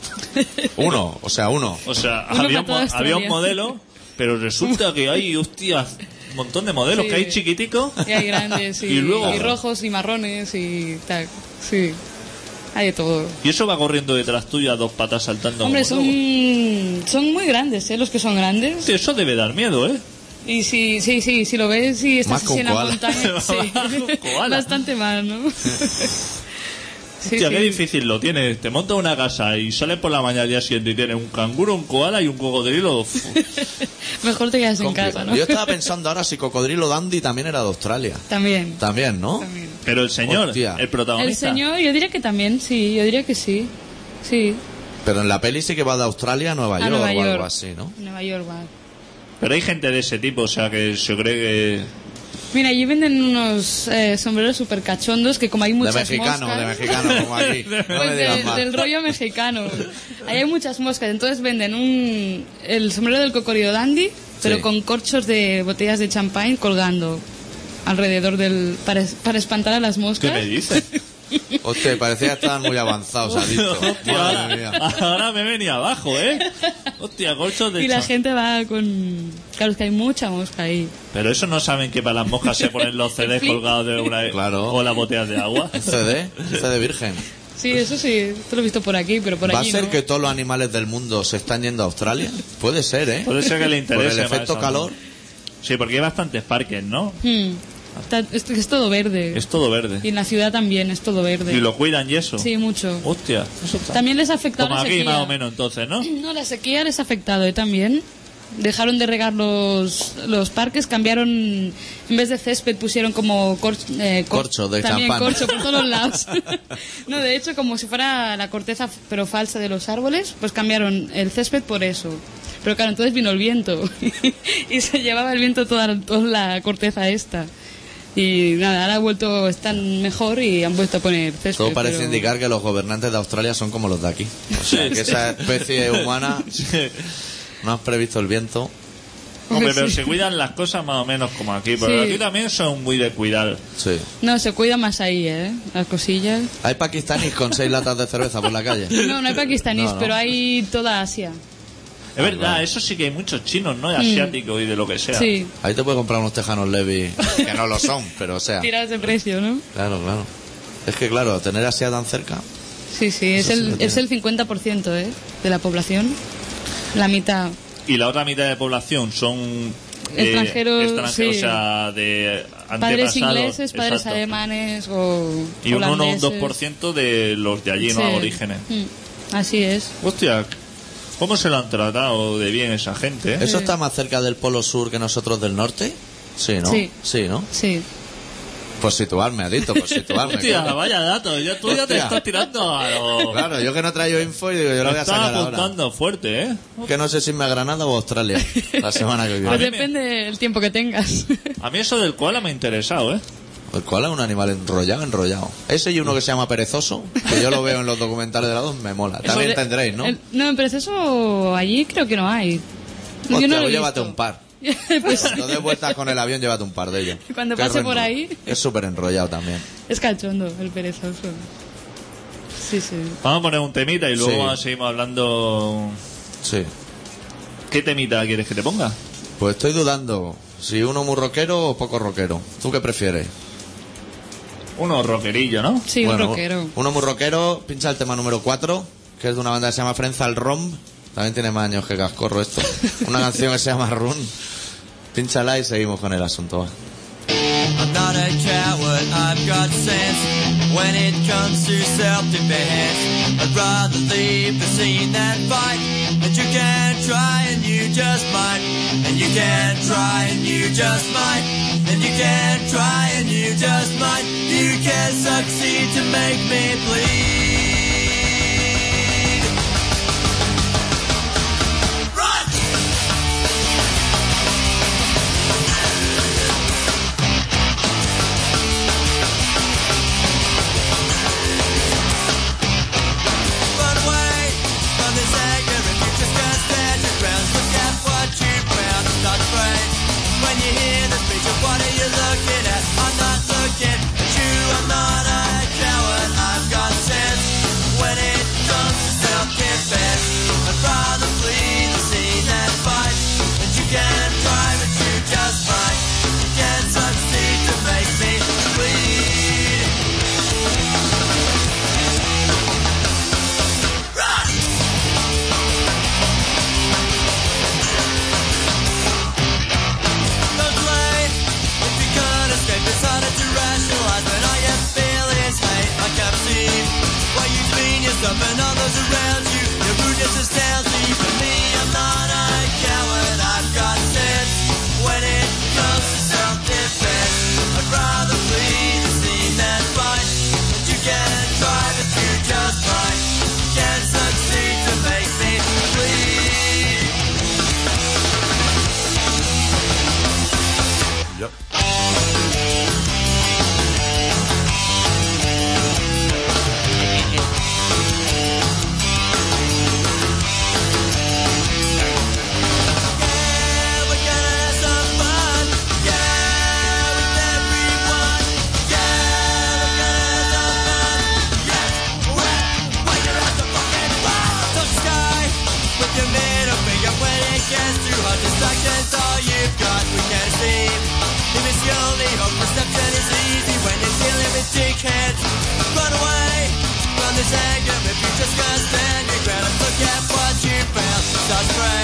Speaker 1: Uno, o sea, uno.
Speaker 2: O sea,
Speaker 3: Uno
Speaker 2: había
Speaker 3: para
Speaker 2: un,
Speaker 3: toda
Speaker 2: mo- había un
Speaker 3: Australia.
Speaker 2: modelo, pero resulta que hay, hostia, un montón de modelos
Speaker 3: Sí.
Speaker 2: que hay chiquiticos.
Speaker 3: Y hay grandes y,
Speaker 2: Y luego-
Speaker 3: y rojos y marrones y tal. Sí. Hay de todo.
Speaker 2: Y eso va corriendo detrás tuya, dos patas saltando.
Speaker 3: Hombre,
Speaker 2: como
Speaker 3: son,
Speaker 2: loco.
Speaker 3: son muy grandes, ¿eh? Los que son grandes.
Speaker 2: Sí, eso debe dar miedo, ¿eh?
Speaker 3: Y si, sí, sí, si lo ves y
Speaker 1: Más
Speaker 3: estás
Speaker 1: que un
Speaker 3: así en la
Speaker 1: koala.
Speaker 3: montaña, sí.
Speaker 2: Más que un koala.
Speaker 3: bastante mal, ¿no? Sí,
Speaker 2: Hostia,
Speaker 3: sí.
Speaker 2: qué difícil lo tienes. Te montas una casa y sales por la mañana al día siguiente y tienes un canguro, un koala y un cocodrilo. Uf,
Speaker 3: Mejor te quedas Pues en
Speaker 2: Complicado.
Speaker 3: casa, ¿no?
Speaker 1: Yo estaba pensando ahora si Cocodrilo Dandy también era de Australia.
Speaker 3: También.
Speaker 1: También, ¿no?
Speaker 3: también.
Speaker 2: Pero el señor,
Speaker 1: Hostia.
Speaker 2: el
Speaker 3: El
Speaker 2: protagonista.
Speaker 3: señor, yo diría que también, sí, yo diría que sí. Sí,
Speaker 1: Pero en la peli sí que va de Australia a Nueva
Speaker 3: A
Speaker 1: York
Speaker 3: Nueva
Speaker 1: o algo
Speaker 3: York.
Speaker 1: así, ¿no?
Speaker 3: Nueva York va.
Speaker 2: Pero hay gente de ese tipo, o sea, que se cree que...
Speaker 3: Mira, allí venden unos eh, sombreros súper cachondos que como hay muchas
Speaker 1: de mexicano,
Speaker 3: moscas...
Speaker 1: de mexicano, como aquí. No
Speaker 3: Pues
Speaker 1: me
Speaker 3: de-
Speaker 1: digas más.
Speaker 3: del rollo mexicano. Ahí hay muchas moscas, entonces venden un el sombrero del cocodrilo dandy, pero
Speaker 1: Sí.
Speaker 3: con corchos de botellas de champán colgando alrededor del para, es- para espantar a las
Speaker 2: ¿Qué
Speaker 3: moscas.
Speaker 2: me dices?
Speaker 1: Hostia, parecía que estaban muy avanzados, adictos.
Speaker 2: Hostia,
Speaker 1: Madre
Speaker 2: ahora,
Speaker 1: mía.
Speaker 2: ahora me venía abajo, ¿eh? Hostia, corcho de
Speaker 3: Y la
Speaker 2: cha-
Speaker 3: gente va con claro es que hay mucha mosca ahí.
Speaker 2: Pero eso no saben que para las moscas se ponen los CDs
Speaker 3: Flip.
Speaker 2: colgados de una... e-
Speaker 1: Claro.
Speaker 2: O las botellas de agua.
Speaker 1: CD, CD virgen.
Speaker 3: Sí, eso sí, esto lo he visto por aquí, pero por
Speaker 1: ¿Va a
Speaker 3: allí
Speaker 1: ser
Speaker 3: no.
Speaker 1: que todos los animales del mundo se están yendo a Australia? Puede ser, ¿eh?
Speaker 2: Puede ser que le
Speaker 1: Por
Speaker 2: interese
Speaker 1: el
Speaker 2: más
Speaker 1: efecto
Speaker 2: a-
Speaker 1: calor.
Speaker 2: Sí, porque hay bastantes parques, ¿no?
Speaker 3: Hmm. Está- es, es todo verde.
Speaker 2: Es todo verde.
Speaker 3: Y en la ciudad también es todo verde.
Speaker 2: Y lo cuidan y eso.
Speaker 3: Sí, mucho.
Speaker 2: Hostia. Eso está-
Speaker 3: También les ha afectado
Speaker 2: Como
Speaker 3: la
Speaker 2: aquí
Speaker 3: sequía.
Speaker 2: más o menos entonces, ¿no?
Speaker 3: No, la sequía les ha afectado ¿eh? también. Dejaron de regar los, los parques, cambiaron, en vez de césped pusieron como cor- eh, cor-
Speaker 1: Corcho de
Speaker 3: también
Speaker 1: champán.
Speaker 3: corcho por todos los lados. no, de hecho, como si fuera la corteza f- pero falsa de los árboles, pues cambiaron el césped por eso. Pero claro, entonces vino el viento y se llevaba el viento toda, toda la corteza esta. Y nada, ahora ha vuelto, están mejor y han vuelto a poner césped.
Speaker 1: Todo parece
Speaker 3: pero-
Speaker 1: indicar que los gobernantes de Australia son como los de aquí. O sea, que esa especie humana
Speaker 2: Sí.
Speaker 1: no has previsto el viento.
Speaker 2: Hombre,
Speaker 3: Sí.
Speaker 2: pero se cuidan las cosas más o menos como aquí. Pero
Speaker 3: Sí.
Speaker 2: aquí también son muy de cuidar.
Speaker 1: Sí.
Speaker 3: No, se cuida más ahí, ¿eh? Las cosillas.
Speaker 1: Hay pakistaníes con seis latas de cerveza por la calle.
Speaker 3: No, no hay pakistaníes,
Speaker 1: No, no.
Speaker 3: pero hay toda Asia.
Speaker 2: Es verdad, eso sí que hay muchos chinos, ¿no? Asiáticos y de lo que sea.
Speaker 3: Mm. Sí,
Speaker 1: Ahí te puedes comprar unos tejanos Levi, que no lo son, pero o sea.
Speaker 3: tiradas de precio, ¿no?
Speaker 1: Claro, claro. Es que claro, tener Asia tan cerca.
Speaker 3: Sí, sí, es
Speaker 1: Eso sí lo
Speaker 3: el,
Speaker 1: tiene.
Speaker 3: es el 50%, ¿eh? De la población. La mitad.
Speaker 2: Y la otra mitad de población son... eh,
Speaker 3: Extranjeros,
Speaker 2: extranjeros,
Speaker 3: sí.
Speaker 2: O sea, de
Speaker 3: Padres
Speaker 2: antepasados.
Speaker 3: ingleses, padres
Speaker 2: exacto.
Speaker 3: alemanes o
Speaker 2: Y un 1 o un
Speaker 3: holandeses.
Speaker 2: 2% de los de allí,
Speaker 3: Sí.
Speaker 2: ¿no? Aborígenes.
Speaker 3: Mm, Así es.
Speaker 2: Hostia, ¿cómo se lo han tratado de bien esa gente? eh?
Speaker 1: ¿Eso está más cerca del polo sur que nosotros del norte? Sí, ¿no?
Speaker 3: Sí.
Speaker 1: ¿no?
Speaker 3: Sí.
Speaker 1: Por situarme, Adito, por situarme.
Speaker 2: Hostia,
Speaker 1: claro.
Speaker 2: vaya dato. Ya, tú ya te
Speaker 1: Hostia.
Speaker 2: estás tirando a lo...
Speaker 1: Claro, yo que no traigo info y digo, yo lo voy a
Speaker 2: Estás
Speaker 1: sacar ahora.
Speaker 2: apuntando fuerte, ¿eh?
Speaker 1: Que no sé si me a Granada o a Australia la semana que
Speaker 3: Pues
Speaker 1: viene.
Speaker 2: mí me-
Speaker 3: depende del tiempo que tengas.
Speaker 2: A mí eso del koala me ha interesado, ¿eh?
Speaker 1: El koala es un animal enrollado, enrollado. Ese y uno que se llama perezoso, que yo lo veo en los documentales de la dos, me mola. También
Speaker 3: Sobre-
Speaker 1: tendréis, ¿no?
Speaker 3: el- no, pero eso allí creo que no hay. Yo
Speaker 1: Hostia,
Speaker 3: no lo
Speaker 1: pues
Speaker 3: he
Speaker 1: llévate
Speaker 3: visto.
Speaker 1: un par.
Speaker 3: Pues-
Speaker 1: Cuando des vueltas con el avión, llévate un par de ellos.
Speaker 3: Cuando
Speaker 1: Que es
Speaker 3: pase
Speaker 1: re
Speaker 3: por
Speaker 1: enro-
Speaker 3: ahí.
Speaker 1: Es súper enrollado también.
Speaker 3: Es cachondo, el perezoso. Sí, sí.
Speaker 2: Vamos a poner un temita y luego
Speaker 1: Sí.
Speaker 2: seguimos hablando.
Speaker 1: Sí.
Speaker 2: ¿Qué temita quieres que te ponga?
Speaker 1: Pues estoy dudando si uno muy rockero o poco rockero. ¿Tú qué prefieres?
Speaker 2: Uno rockerillo, ¿no?
Speaker 3: Sí,
Speaker 1: Bueno,
Speaker 3: un rockero.
Speaker 1: Uno muy rockero, pincha el tema número 4, que es de una banda que se llama Frenzal Romb. También tiene más años que Cascorro esto. Una canción que se llama Run. Pínchala y seguimos con el asunto. va.
Speaker 4: I'm not a coward, I've got sense. When it comes to self-defense, I'd rather leave the scene than fight. And you can try and you just might. And you can try and you just might. And you can try and you just might. You can succeed to make me bleed. Run! run away from this anger if you just can't stand your ground. Look at what you found. I'm not afraid. When you hear the speech of what are you looking at? I'm not looking at you. I'm not a coward. I've got sense.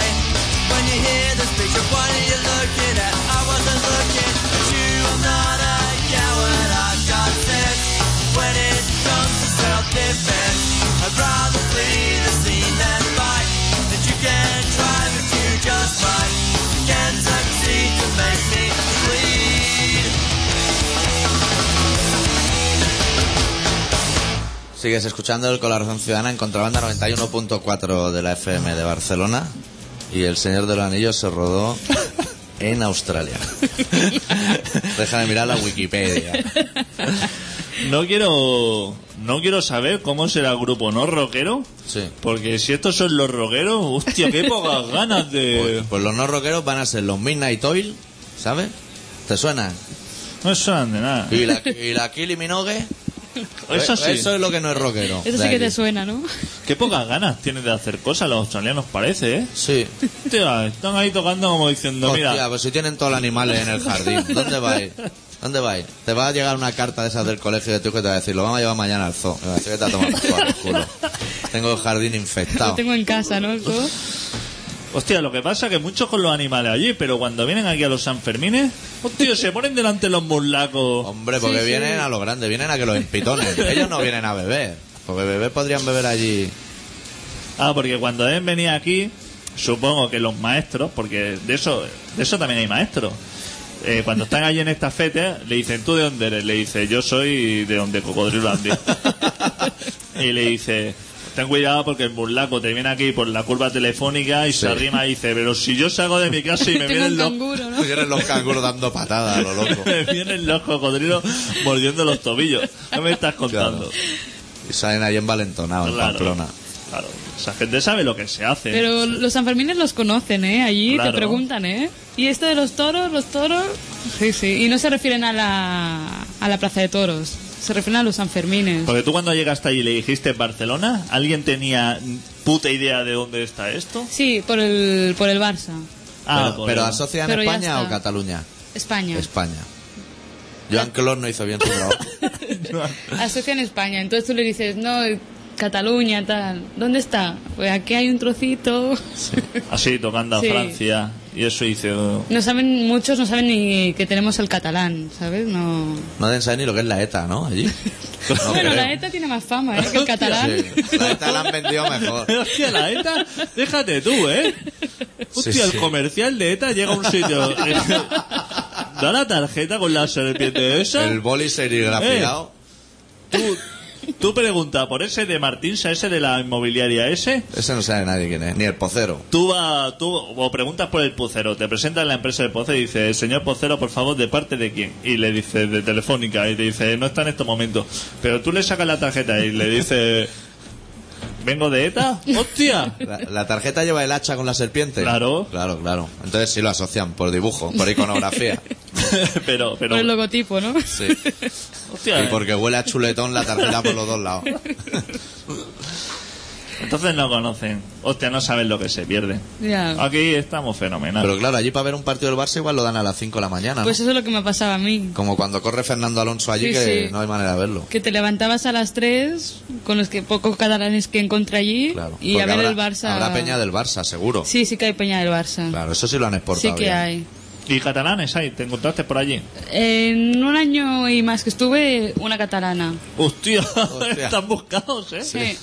Speaker 4: hear this picture? What are you looking at? I wasn't looking at you. I'm not a coward. I've got sense. When it comes to self-defense, I'd rather flee the scene than fight. That you can try, but you just might. You can succeed to make me bleed.
Speaker 1: Sigues escuchando el Colaboración Ciudadana en Contrabanda 91.4 de la FM de Barcelona y El Señor de los Anillos se rodó en Australia. Deja de mirar la Wikipedia.
Speaker 2: No quiero, no quiero saber cómo será el grupo no rockero.
Speaker 1: Sí.
Speaker 2: Porque si estos son los rockeros, hostia, qué pocas ganas de.
Speaker 1: Pues, pues los no rockeros van a ser los Midnight Oil, ¿sabes? ¿Te suena? Pues
Speaker 2: No suenan de nada.
Speaker 1: Y la, y la Kylie Minogue.
Speaker 2: Pues Eso sí.
Speaker 1: Eso es lo que no es rockero.
Speaker 3: Eso
Speaker 1: de
Speaker 3: sí que te
Speaker 1: aquí.
Speaker 3: suena, ¿no?
Speaker 2: Qué pocas ganas tienen de hacer cosas los australianos, parece, ¿eh?
Speaker 1: Sí.
Speaker 2: Hostia, están ahí tocando como diciendo,
Speaker 1: Hostia,
Speaker 2: mira,
Speaker 1: pues si tienen todos los animales en el jardín, ¿dónde vais? ¿Dónde vais? Te va a llegar una carta de esas del colegio de tu hijo que te va a decir, lo vamos a llevar mañana al zoo. Y va a decir, "Vete a tomar por el culo. Tengo el jardín infectado.
Speaker 3: Lo tengo en casa, ¿no? Todo.
Speaker 2: hostia, lo que pasa es que muchos con los animales allí, pero cuando vienen aquí a los Sanfermines, hostia, se ponen delante los murlacos.
Speaker 1: Hombre, porque
Speaker 3: Sí, sí.
Speaker 1: vienen a lo grande, vienen a que los empitones. Ellos no vienen a beber, porque beber podrían beber allí.
Speaker 2: Ah, porque cuando deben venir aquí, supongo que los maestros, porque de eso, de eso también hay maestros. Eh, cuando están allí en esta fete, le dicen, ¿tú de dónde eres? Le dice, yo soy de donde Cocodrilo Andy. y le dice, ten cuidado porque el burlaco te viene aquí por la curva telefónica y
Speaker 1: Sí.
Speaker 2: se arrima y dice, pero si yo salgo de mi casa y me
Speaker 3: tengo
Speaker 2: vienen
Speaker 3: un
Speaker 2: los...
Speaker 3: canguro, ¿no?
Speaker 1: Vienen los canguros dando patadas a lo loco.
Speaker 2: me vienen los cocodrilos mordiendo los tobillos. ¿Qué me estás contando?
Speaker 1: Y salen allí envalentonados en Pamplona.
Speaker 2: claro. Esa gente sabe lo que se hace.
Speaker 3: Pero los Sanfermines los conocen, ¿eh? Allí
Speaker 2: Claro.
Speaker 3: te preguntan, ¿eh? Y esto de los toros, los toros... Sí, sí. Y no se refieren a la, a la Plaza de Toros. Se refieren a los Sanfermines.
Speaker 2: Porque tú cuando llegaste allí y le dijiste Barcelona, ¿alguien tenía puta idea de dónde está esto?
Speaker 3: Sí, por el, por el Barça.
Speaker 2: Ah,
Speaker 1: pero,
Speaker 2: por
Speaker 1: pero
Speaker 2: el-
Speaker 1: ¿asocian
Speaker 3: Pero ya
Speaker 1: España
Speaker 3: está.
Speaker 1: o Cataluña?
Speaker 3: España.
Speaker 1: España. Joan Clos no hizo bien su trabajo.
Speaker 3: Asocian España. Entonces tú le dices, no, Cataluña, tal. ¿Dónde está? Pues aquí hay un trocito.
Speaker 2: así tocando a
Speaker 3: Sí.
Speaker 2: Francia. Y eso hice. oh,
Speaker 3: No saben, muchos no saben ni que tenemos el catalán, ¿sabes? No...
Speaker 1: No deben saber ni lo que es la ETA, ¿no? Allí. No
Speaker 3: bueno,
Speaker 1: creo.
Speaker 3: la ETA tiene más fama, ¿eh? Que el catalán.
Speaker 1: Sí, la ETA la han vendido mejor.
Speaker 2: Hostia, la ETA, déjate tú, ¿eh? Hostia,
Speaker 1: Sí, sí.
Speaker 2: el comercial de ETA llega a un sitio. da la tarjeta con la serpiente esa.
Speaker 1: El boli serigrafiado.
Speaker 2: Tú, tú pregunta por ese de Martinsa, ese de la inmobiliaria ese.
Speaker 3: Eh.
Speaker 1: Ese no sabe nadie quién es, ni el pocero.
Speaker 2: Tú, vas- tú o preguntas por el pucero, te presentas en la empresa del pucero y dices, señor pucero, por favor, ¿de parte de quién? Y le dices, de Telefónica, y te dice, no está en estos momentos. Pero tú le sacas la tarjeta y le dices, ¿vengo de ETA? ¡Hostia!
Speaker 1: La, la tarjeta lleva el hacha con la serpiente.
Speaker 2: Claro.
Speaker 1: Claro, claro. Entonces sí lo asocian por dibujo, por iconografía.
Speaker 2: pero, pero,
Speaker 3: Por el logotipo, ¿no?
Speaker 1: Sí.
Speaker 2: hostia,
Speaker 1: Y porque huele a chuletón la tarjeta por los dos lados.
Speaker 2: entonces no conocen. Hostia, no saben lo que se pierde.
Speaker 3: Ya.
Speaker 1: Ah,
Speaker 2: Aquí estamos fenomenal.
Speaker 1: Pero claro, allí para ver un partido del Barça igual lo dan a las 5 de la mañana. ¿no?
Speaker 3: Pues eso es lo que me pasaba a mí.
Speaker 1: Como cuando corre Fernando Alonso allí
Speaker 3: Sí,
Speaker 1: que
Speaker 3: sí.
Speaker 1: no hay manera de verlo.
Speaker 3: Que te levantabas a las 3 con los que pocos catalanes que encontré allí
Speaker 1: Claro.
Speaker 3: y
Speaker 1: Porque
Speaker 3: a ver
Speaker 1: habrá-
Speaker 3: el Barça.
Speaker 1: Habrá peña del Barça, seguro.
Speaker 3: Sí, sí que hay peña del Barça.
Speaker 1: Claro, eso sí lo han exportado.
Speaker 3: sí que
Speaker 1: bien.
Speaker 3: hay.
Speaker 2: ¿Y catalanes ahí? ¿Te encontraste por allí?
Speaker 3: En un año y más que estuve, una catalana.
Speaker 2: ¡Hostia!
Speaker 1: Hostia.
Speaker 2: Están buscados, ¿eh?
Speaker 3: Sí.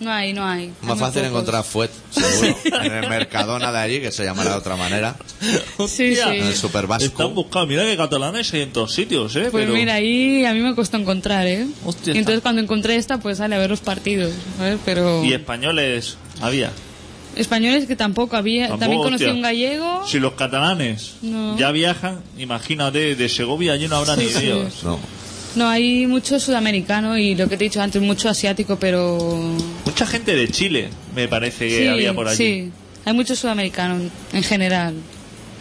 Speaker 3: No hay, no hay. Hay muy
Speaker 1: Más fácil
Speaker 3: pocos.
Speaker 1: encontrar Fuet, seguro. En el Mercadona de allí, que se llamará de otra manera.
Speaker 3: Sí,
Speaker 2: Hostia.
Speaker 3: sí.
Speaker 1: En el Super Vasco.
Speaker 2: Están buscados. Mira que catalanes hay en todos sitios, ¿eh?
Speaker 3: Pues
Speaker 2: Pero-
Speaker 3: mira, ahí a mí me costó encontrar, ¿eh?
Speaker 2: Hostia,
Speaker 3: y entonces
Speaker 2: está-
Speaker 3: cuando encontré esta, pues sale a ver los partidos, ¿sabes? Pero
Speaker 2: Y españoles había.
Speaker 3: españoles que tampoco había.
Speaker 2: Tampoco,
Speaker 3: También conocí
Speaker 2: hostia.
Speaker 3: un gallego.
Speaker 2: Si los catalanes
Speaker 3: No.
Speaker 2: ya viajan, imagínate, de Segovia allí no habrá
Speaker 3: Sí,
Speaker 2: ni
Speaker 3: sí.
Speaker 2: Dios.
Speaker 1: No.
Speaker 3: No, hay mucho sudamericano y lo que te he dicho antes, mucho asiático, pero...
Speaker 2: Mucha gente de Chile, me parece que
Speaker 3: sí,
Speaker 2: había por allí.
Speaker 3: sí. Hay mucho sudamericano en general.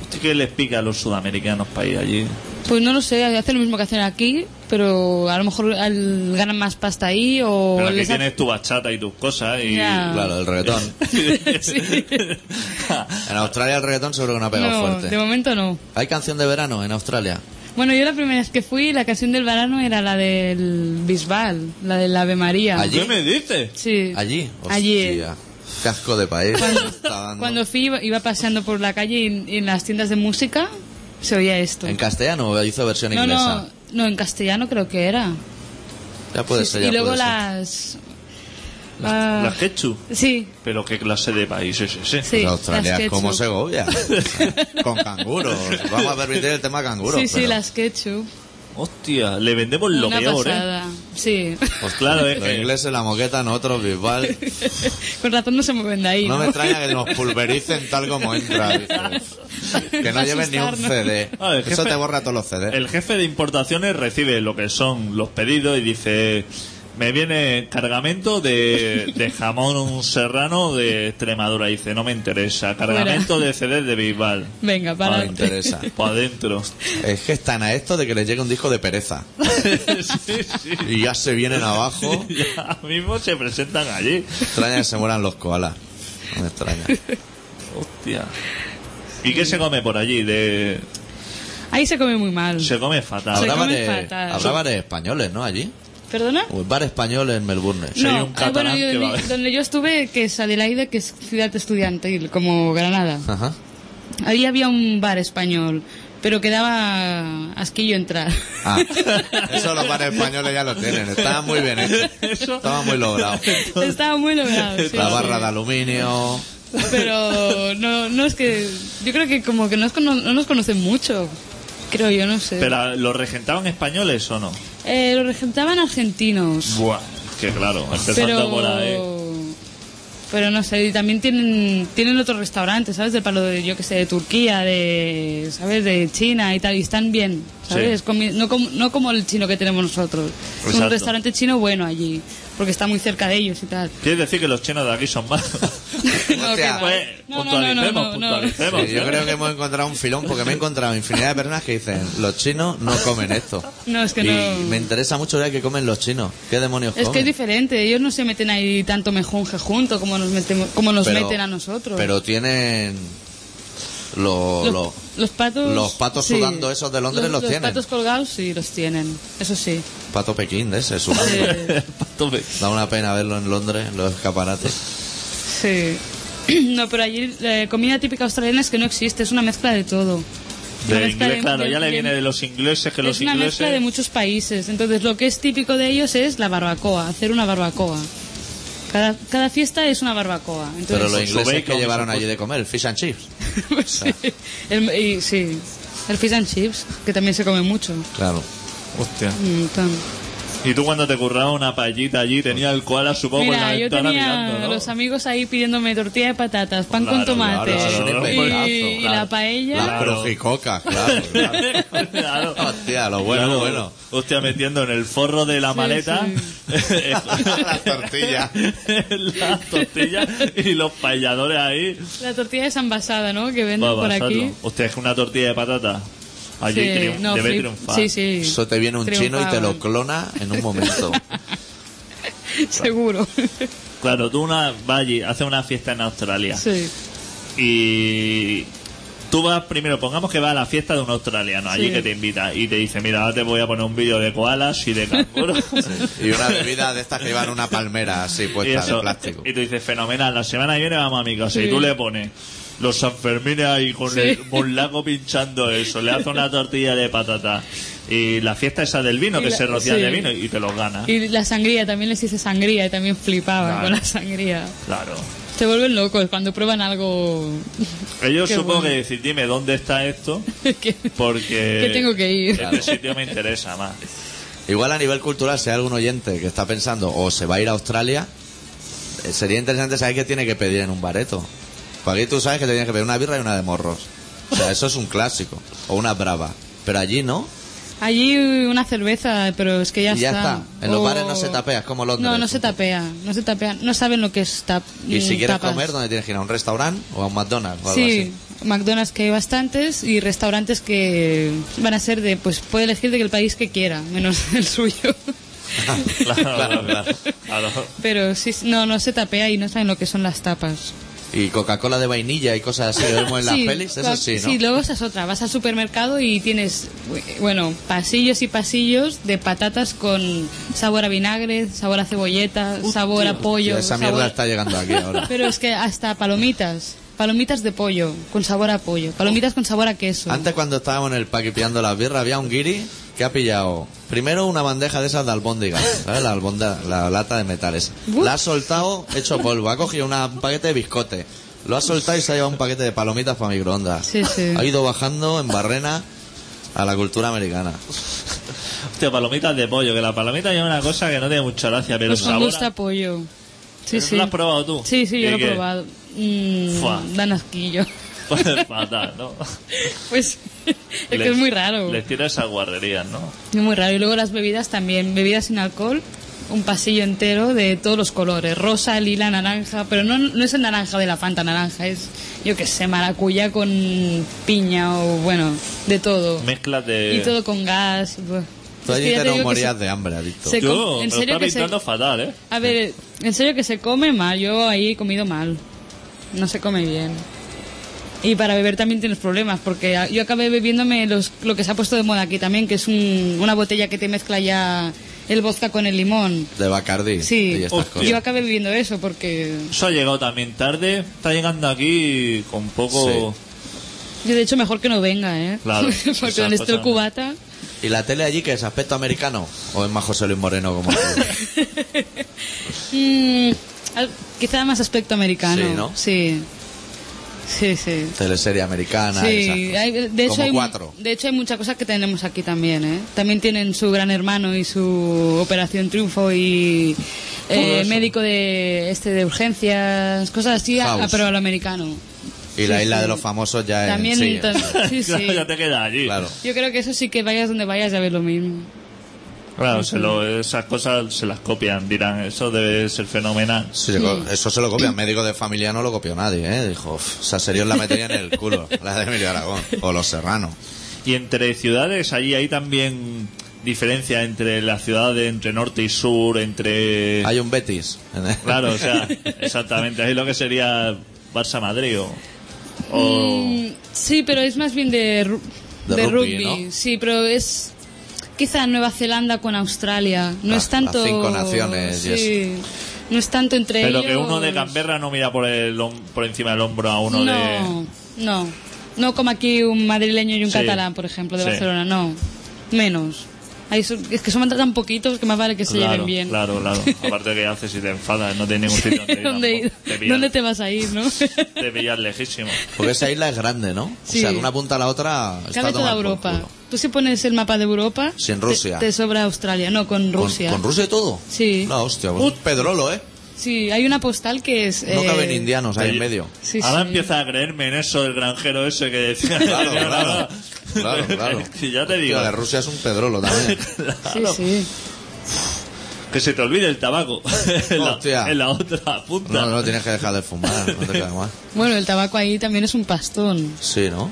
Speaker 2: Hostia, ¿Qué les pica a los sudamericanos para ir allí?
Speaker 3: Pues no lo sé, hacen lo mismo que hacen aquí, pero a lo mejor al- ganan más pasta ahí o...
Speaker 2: Pero aquí
Speaker 3: les ha-
Speaker 2: tienes tu bachata y tus cosas y...
Speaker 3: Ya.
Speaker 1: Claro, el reggaetón.
Speaker 3: Sí.
Speaker 1: En Australia el reggaetón seguro que no ha pegado
Speaker 3: No, de
Speaker 1: fuerte.
Speaker 3: momento no.
Speaker 1: ¿Hay canción de verano en Australia?
Speaker 3: Bueno, yo la primera vez que fui, la canción del verano era la del Bisbal, la del Ave María.
Speaker 1: Allí.
Speaker 2: ¿Qué me dices?
Speaker 3: Sí.
Speaker 1: ¿Allí?
Speaker 3: Allí.
Speaker 1: Hostia. Casco de país. Está dando.
Speaker 3: Cuando fui iba, iba paseando por la calle y en, y en las tiendas de música se oía esto.
Speaker 1: En castellano hizo versión
Speaker 3: No,
Speaker 1: inglesa.
Speaker 3: no, no, en castellano creo que era.
Speaker 1: Ya puede
Speaker 3: Sí,
Speaker 1: ser.
Speaker 3: sí,
Speaker 1: ya
Speaker 3: y luego
Speaker 1: puede ser.
Speaker 3: las... ah,
Speaker 2: Las ketchup.
Speaker 3: sí,
Speaker 2: Pero qué clase de país es ese.
Speaker 3: sí.
Speaker 1: Pues Australia
Speaker 3: las
Speaker 1: es como
Speaker 3: ketchup.
Speaker 1: Segovia. Con canguros. Vamos a permitir el tema canguros.
Speaker 3: Sí, sí,
Speaker 1: pero-
Speaker 3: las ketchup.
Speaker 2: Hostia, le vendemos lo
Speaker 3: Una
Speaker 2: peor, ¿eh?
Speaker 3: pasada. Sí.
Speaker 2: Pues claro, es
Speaker 1: Los
Speaker 2: que-
Speaker 1: ingleses, la moqueta, nosotros, Bisbal.
Speaker 3: Con razón no se mueven de ahí.
Speaker 1: No me
Speaker 3: ¿no?
Speaker 1: extraña que nos pulvericen tal como entra. dices. Que no
Speaker 3: Para
Speaker 1: lleves ni un
Speaker 3: asustarnos.
Speaker 1: CD.
Speaker 2: A ver,
Speaker 1: Eso
Speaker 2: jefe-
Speaker 1: te borra todos los CDs.
Speaker 2: El jefe de importaciones recibe lo que son los pedidos y dice, me viene cargamento de, de jamón serrano de Extremadura. Y dice, no me interesa, cargamento de CD de Bisbal.
Speaker 3: Venga,
Speaker 1: No
Speaker 3: para.
Speaker 1: me Ah, interesa.
Speaker 2: Para adentro.
Speaker 1: Es que están a esto de que les llegue un disco de pereza.
Speaker 2: sí, sí.
Speaker 1: Y ya se vienen abajo.
Speaker 2: Ya mismo se presentan allí.
Speaker 1: Me extraña que se mueran los koalas. No me extraña.
Speaker 2: Hostia. ¿Y qué se come por allí? De...
Speaker 3: Ahí se come muy mal.
Speaker 2: Se come fatal.
Speaker 3: Se
Speaker 1: Habrá
Speaker 3: come
Speaker 1: bares,
Speaker 3: fatal.
Speaker 1: habrá bares españoles, ¿no? Allí.
Speaker 3: ¿Perdona?
Speaker 1: O el bar español en Melbourne.
Speaker 2: Sí, hay
Speaker 3: no,
Speaker 2: un
Speaker 3: ah, bueno,
Speaker 2: catalán
Speaker 3: yo-
Speaker 2: que va-
Speaker 3: donde yo estuve, que es Adelaide, que es ciudad estudiantil, como Granada.
Speaker 1: Ajá.
Speaker 3: Ahí había un bar español, pero quedaba asquillo entrar.
Speaker 1: Ah, eso los bares españoles ya lo tienen. Estaba muy bien hecho. Estaba muy logrado.
Speaker 3: Estaba muy logrado. sí,
Speaker 1: La
Speaker 3: sí.
Speaker 1: barra de aluminio.
Speaker 3: Pero no, no es que. Yo creo que como que no, nos cono- no nos conocen mucho. Creo yo, no sé.
Speaker 2: ¿Pero lo regentaban españoles o no?
Speaker 3: Eh, lo regentaban argentinos.
Speaker 2: Buah. Que claro, empezando
Speaker 3: Pero.
Speaker 2: por ahí.
Speaker 3: Pero no sé, y también tienen, tienen otros restaurantes, ¿sabes? Del palo de, yo que sé, de Turquía, de, ¿sabes? De China y tal, y están bien, ¿sabes?
Speaker 2: Sí.
Speaker 3: Comi- no, como, no como el chino que tenemos nosotros. Es
Speaker 2: Exacto.
Speaker 3: un restaurante chino bueno allí, porque está muy cerca de ellos y tal.
Speaker 2: Quiere decir que los chinos de aquí son malos.
Speaker 3: No, que va.
Speaker 2: Pues,
Speaker 3: No, no,
Speaker 2: puntualicemos,
Speaker 3: no, no, no.
Speaker 2: puntualicemos.
Speaker 1: Sí, yo creo que hemos encontrado un filón porque me he encontrado infinidad de personas que dicen los chinos no comen esto.
Speaker 3: No, es que
Speaker 1: y
Speaker 3: no-
Speaker 1: me interesa mucho ver qué comen los chinos. ¿Qué demonios
Speaker 3: Es que es
Speaker 1: comen?
Speaker 3: diferente, ellos no se meten ahí tanto mejunje junto como nos, metemos, como nos
Speaker 1: Pero-
Speaker 3: meten a nosotros.
Speaker 1: Pero tienen lo-
Speaker 3: los,
Speaker 1: lo-
Speaker 3: los patos.
Speaker 1: los patos sudando esos de Londres los tienen.
Speaker 3: Los patos colgados sí los tienen, eso sí.
Speaker 1: pato Pekín de ese sudando.
Speaker 3: Eh,
Speaker 2: Pato Pe-
Speaker 1: Da una pena verlo en Londres, en los escaparates.
Speaker 3: Eh, sí. No, pero allí la comida típica australiana es que no existe, es una mezcla de todo. Una
Speaker 2: De
Speaker 3: mezcla
Speaker 2: inglés, claro,
Speaker 3: de-
Speaker 2: ya le
Speaker 3: de-
Speaker 2: viene de los ingleses, que los
Speaker 3: es una mezcla de
Speaker 2: ingleses...
Speaker 3: muchos países. Entonces, lo que es típico de ellos es la barbacoa, hacer una barbacoa. Cada, cada fiesta es una barbacoa.
Speaker 1: Pero los
Speaker 3: Entonces,
Speaker 2: Con su
Speaker 1: ingleses que
Speaker 2: bacon,
Speaker 1: llevaron
Speaker 2: con su-
Speaker 1: allí de comer, fish and chips.
Speaker 3: Pues sí. El, y sí, el fish and chips, que también se come mucho.
Speaker 1: Claro.
Speaker 2: Hostia.
Speaker 3: Un montón.
Speaker 2: Y tú cuando te curraba una paellita allí, tenía el koala, supongo, por la
Speaker 3: Mira, yo
Speaker 2: ventana
Speaker 3: tenía
Speaker 2: mirando, ¿no?
Speaker 3: los amigos ahí pidiéndome tortilla de patatas, pan
Speaker 2: Claro,
Speaker 3: con tomate
Speaker 2: claro,
Speaker 1: claro,
Speaker 3: y,
Speaker 1: claro,
Speaker 3: y
Speaker 1: claro.
Speaker 3: la paella.
Speaker 1: Las crujicocas, claro. claro.
Speaker 2: Claro.
Speaker 1: Hostia, lo bueno, lo
Speaker 2: Claro.
Speaker 1: bueno.
Speaker 2: Hostia, metiendo en el forro de la maleta
Speaker 1: Las tortillas.
Speaker 2: las tortillas y los payadores ahí.
Speaker 3: La tortilla desenvasada, ¿no? Que venden
Speaker 2: Va,
Speaker 3: por
Speaker 2: pasarlo. Ah,
Speaker 3: aquí.
Speaker 2: Hostia, es que una tortilla de patata. Allí
Speaker 3: Sí,
Speaker 2: triun-
Speaker 3: no,
Speaker 2: debe
Speaker 3: flip.
Speaker 2: triunfar.
Speaker 3: Sí, sí.
Speaker 1: Eso te viene un chino y te lo clona en un momento.
Speaker 3: Triunfaban, Seguro.
Speaker 2: Claro, tú una, vas allí, haces una fiesta en Australia.
Speaker 3: sí.
Speaker 2: Y tú vas primero, pongamos que vas a la fiesta de un australiano, allí
Speaker 3: Sí.
Speaker 2: que te invita y te dice, mira, ahora te voy a poner un vídeo de koalas y de canguros.
Speaker 1: Y una bebida de estas que llevan una palmera así
Speaker 2: y,
Speaker 1: puesta de
Speaker 2: eso,
Speaker 1: plástico.
Speaker 2: y te dice, fenomenal, la semana que viene vamos a mi casa. Y
Speaker 3: Sí.
Speaker 2: tú le pones los Sanfermines ahí con
Speaker 3: Sí.
Speaker 2: el burlaco pinchando eso, le hace una tortilla de patata. Y la fiesta esa del vino,
Speaker 3: Y
Speaker 2: que
Speaker 3: la-
Speaker 2: se rocía
Speaker 3: sí.
Speaker 2: de vino y te los gana.
Speaker 3: Y la sangría, también les hice sangría y también flipaban
Speaker 2: Ah. Claro.
Speaker 3: con la sangría.
Speaker 2: Claro.
Speaker 3: Se vuelven locos cuando prueban algo
Speaker 2: Ellos
Speaker 3: Qué
Speaker 2: supongo
Speaker 3: bueno.
Speaker 2: que decir, dime, ¿dónde está esto?
Speaker 3: que,
Speaker 2: Porque...
Speaker 3: que tengo que ir.
Speaker 2: Este sitio me interesa más.
Speaker 1: Igual a nivel cultural, si hay algún oyente que está pensando o se va a ir a Australia, eh, sería interesante saber qué tiene que pedir en un bareto. Porque aquí tú sabes que te tienes que pedir una birra y una de morros. O sea, eso es un clásico. O una brava. Pero allí no.
Speaker 3: Allí una cerveza, pero es que ya,
Speaker 1: Y ya está. En los
Speaker 3: O-
Speaker 1: bares no se tapea, es como Londres.
Speaker 3: No, no se tapea, no se tapea. No saben lo que es tap
Speaker 1: Y si
Speaker 3: mm,
Speaker 1: quieres
Speaker 3: tapas.
Speaker 1: comer, ¿dónde tienes que ir? ¿A un restaurante o a un McDonald's o algo
Speaker 3: Sí,
Speaker 1: así?
Speaker 3: McDonald's que hay bastantes y restaurantes que van a ser de, pues puede elegir de que el país que quiera, menos el suyo.
Speaker 2: Claro, claro, claro.
Speaker 3: Pero sí, no, no se tapea y no saben lo que son las tapas.
Speaker 1: Y Coca-Cola de vainilla y cosas así, que vemos en las
Speaker 3: Sí,
Speaker 1: pelis, eso
Speaker 3: claro,
Speaker 1: sí, ¿no?
Speaker 3: Sí, luego esa es otra. Vas al supermercado y tienes, bueno, pasillos y pasillos de patatas con sabor a vinagre, sabor a cebolleta, sabor a pollo.
Speaker 1: Hostia, esa
Speaker 3: sabor-
Speaker 1: mierda está llegando aquí ahora.
Speaker 3: Pero es que hasta palomitas. Palomitas de pollo, con sabor a pollo. Palomitas con sabor a queso.
Speaker 1: Antes cuando estábamos en el paquipeando las birras había un guiri que ha pillado primero una bandeja de esas de albóndiga, ¿sabes? La albonda, la lata de metales.
Speaker 3: Uf.
Speaker 1: La ha soltado hecho polvo, ha cogido una- un paquete de biscote, lo ha soltado y se ha llevado un paquete de palomitas para microondas.
Speaker 3: Sí, sí.
Speaker 1: Ha ido bajando en barrena a la cultura americana.
Speaker 2: Hostia, palomitas de pollo, que la palomita ya es una cosa que no tiene mucha gracia, pero
Speaker 3: Pues con
Speaker 2: sabor a-
Speaker 3: gusto a pollo. Sí,
Speaker 2: ¿Pero
Speaker 3: sí.
Speaker 2: ¿Lo has probado tú?
Speaker 3: Sí, sí, yo
Speaker 2: ¿Y
Speaker 3: lo he
Speaker 2: qué?
Speaker 3: probado.
Speaker 2: Fua.
Speaker 3: Mm, dan asquillo.
Speaker 2: Pues fatal, ¿no?
Speaker 3: Pues es que es muy raro.
Speaker 2: Les tira esas guarrerías, ¿no?
Speaker 3: Es muy raro. Y luego las bebidas también. Bebidas sin alcohol, un pasillo entero de todos los colores. Rosa, lila, naranja. Pero no, no es el naranja de la Fanta naranja. Es, yo qué sé, maracuya con piña o bueno, de todo.
Speaker 2: Mezclas de...
Speaker 3: Y todo con gas. Buah.
Speaker 1: Tú
Speaker 3: Es que
Speaker 1: allí te
Speaker 3: ya te
Speaker 1: no
Speaker 3: digo que
Speaker 1: morías
Speaker 3: se-
Speaker 1: de hambre, adicto.
Speaker 3: se
Speaker 2: Yo,
Speaker 3: com-
Speaker 2: me
Speaker 3: en
Speaker 2: lo
Speaker 3: serio
Speaker 2: está
Speaker 3: que se-
Speaker 2: pintando fatal, ¿eh?
Speaker 3: A ver, en serio que se come mal. Yo ahí he comido mal. No se come bien. Y para beber también tienes problemas, porque a- yo acabé bebiéndome los, lo que se ha puesto de moda aquí también, que es un- una botella que te mezcla ya el vodka con el limón.
Speaker 1: De Bacardi y
Speaker 3: Sí,
Speaker 1: estas
Speaker 2: Hostia.
Speaker 1: cosas.
Speaker 3: yo acabé bebiendo eso porque
Speaker 2: Eso ha llegado también tarde, está llegando aquí con poco...
Speaker 3: yo de hecho mejor que no venga, ¿eh?
Speaker 2: Claro,
Speaker 3: porque
Speaker 2: esas
Speaker 3: donde esté
Speaker 2: cosas
Speaker 3: el
Speaker 2: no.
Speaker 3: cubata,
Speaker 1: ¿Y la tele allí que es aspecto americano? ¿O es más José Luis Moreno como tú?
Speaker 3: mm, al- quizá más aspecto americano.
Speaker 1: Sí, ¿no?
Speaker 3: Sí, sí, sí.
Speaker 1: Teleserie americana.
Speaker 3: Sí,
Speaker 1: esas
Speaker 3: hay-
Speaker 1: cosas.
Speaker 3: de, hecho
Speaker 1: como
Speaker 3: hay,
Speaker 1: cuatro.
Speaker 3: de hecho hay muchas cosas que tenemos aquí también, ¿eh? También tienen su Gran Hermano y su Operación Triunfo y eh, médico de este de urgencias, cosas así, a-
Speaker 1: House.
Speaker 3: pero al americano.
Speaker 1: Y la
Speaker 3: sí,
Speaker 1: isla
Speaker 3: sí.
Speaker 1: de los famosos ya
Speaker 3: También,
Speaker 1: es... sí,
Speaker 3: tam- sí,
Speaker 2: Claro,
Speaker 3: sí.
Speaker 2: ya te quedas allí.
Speaker 1: Claro.
Speaker 3: Yo creo que eso sí que vayas donde vayas ya ves lo mismo.
Speaker 2: Claro, se lo- esas cosas se las copian, dirán, eso debe ser fenomenal.
Speaker 1: Sí, se co- Eso se lo copia. El médico de familia no lo copió nadie, ¿eh? Dijo, "Uf, esa serie os la metería en el culo. La de Emilio Aragón. O Los Serranos.
Speaker 2: Y entre ciudades, allí hay también diferencia entre las ciudades, entre norte y sur, entre...
Speaker 1: Hay un Betis.
Speaker 2: Claro, o sea, exactamente, ahí lo que sería Barça-Madrid o... o-
Speaker 3: Mm, sí, pero es más bien de, ru-
Speaker 1: De
Speaker 3: de
Speaker 1: rugby,
Speaker 3: rugby.
Speaker 1: ¿no?
Speaker 3: Sí, pero es quizá Nueva Zelanda con Australia. No
Speaker 1: Ah,
Speaker 3: es tanto.
Speaker 1: las cinco naciones y
Speaker 3: sí, No es tanto entre
Speaker 2: Pero
Speaker 3: ellos.
Speaker 2: que uno de Canberra no mira por, el, hom- por encima del hombro a uno de...
Speaker 3: no, no. No como aquí un madrileño y un
Speaker 2: Sí.
Speaker 3: catalán, por ejemplo, de
Speaker 2: Sí.
Speaker 3: Barcelona, no. Menos. Ahí son- es que son tan poquitos que más vale que se
Speaker 2: Claro,
Speaker 3: lleven bien.
Speaker 2: claro, claro. Aparte de que haces si te enfadas, no tienes ningún sitio donde ir.
Speaker 3: ¿Dónde,
Speaker 2: tampoco.
Speaker 3: ir?
Speaker 2: Te pillas,
Speaker 3: ¿Dónde te vas a ir, no?
Speaker 2: te pillas lejísimo.
Speaker 1: Porque esa isla es grande, ¿no?
Speaker 3: Sí.
Speaker 1: O sea, de una punta a la otra está
Speaker 3: Cabe toda
Speaker 1: tomada por
Speaker 3: Europa.
Speaker 1: culo.
Speaker 3: Tú si pones el mapa de Europa...
Speaker 1: Sin
Speaker 3: te-
Speaker 1: Rusia.
Speaker 3: Te, sobra Australia, no, con
Speaker 1: ¿Con-
Speaker 3: Rusia.
Speaker 1: ¿Con, Rusia y todo?
Speaker 3: Sí.
Speaker 1: No, hostia. pues un pedrolo, ¿eh?
Speaker 3: Sí, hay una postal que es...
Speaker 1: No
Speaker 3: eh,
Speaker 1: caben indianos ahí
Speaker 2: Oye.
Speaker 1: en medio.
Speaker 3: Sí,
Speaker 2: Ahora
Speaker 3: sí.
Speaker 2: empieza a creerme en eso, el granjero ese que decía.
Speaker 1: Claro, claro. Claro, claro.
Speaker 2: Y ya te
Speaker 1: Hostia,
Speaker 2: digo,
Speaker 1: de Rusia es un pedrolo también.
Speaker 3: Sí, sí.
Speaker 2: que se te olvide el tabaco en,
Speaker 1: Hostia.
Speaker 2: la, en la otra punta.
Speaker 1: No, no, tienes que dejar de fumar. No te queda más.
Speaker 3: Bueno, el tabaco ahí también es un pastón.
Speaker 1: Sí, ¿no?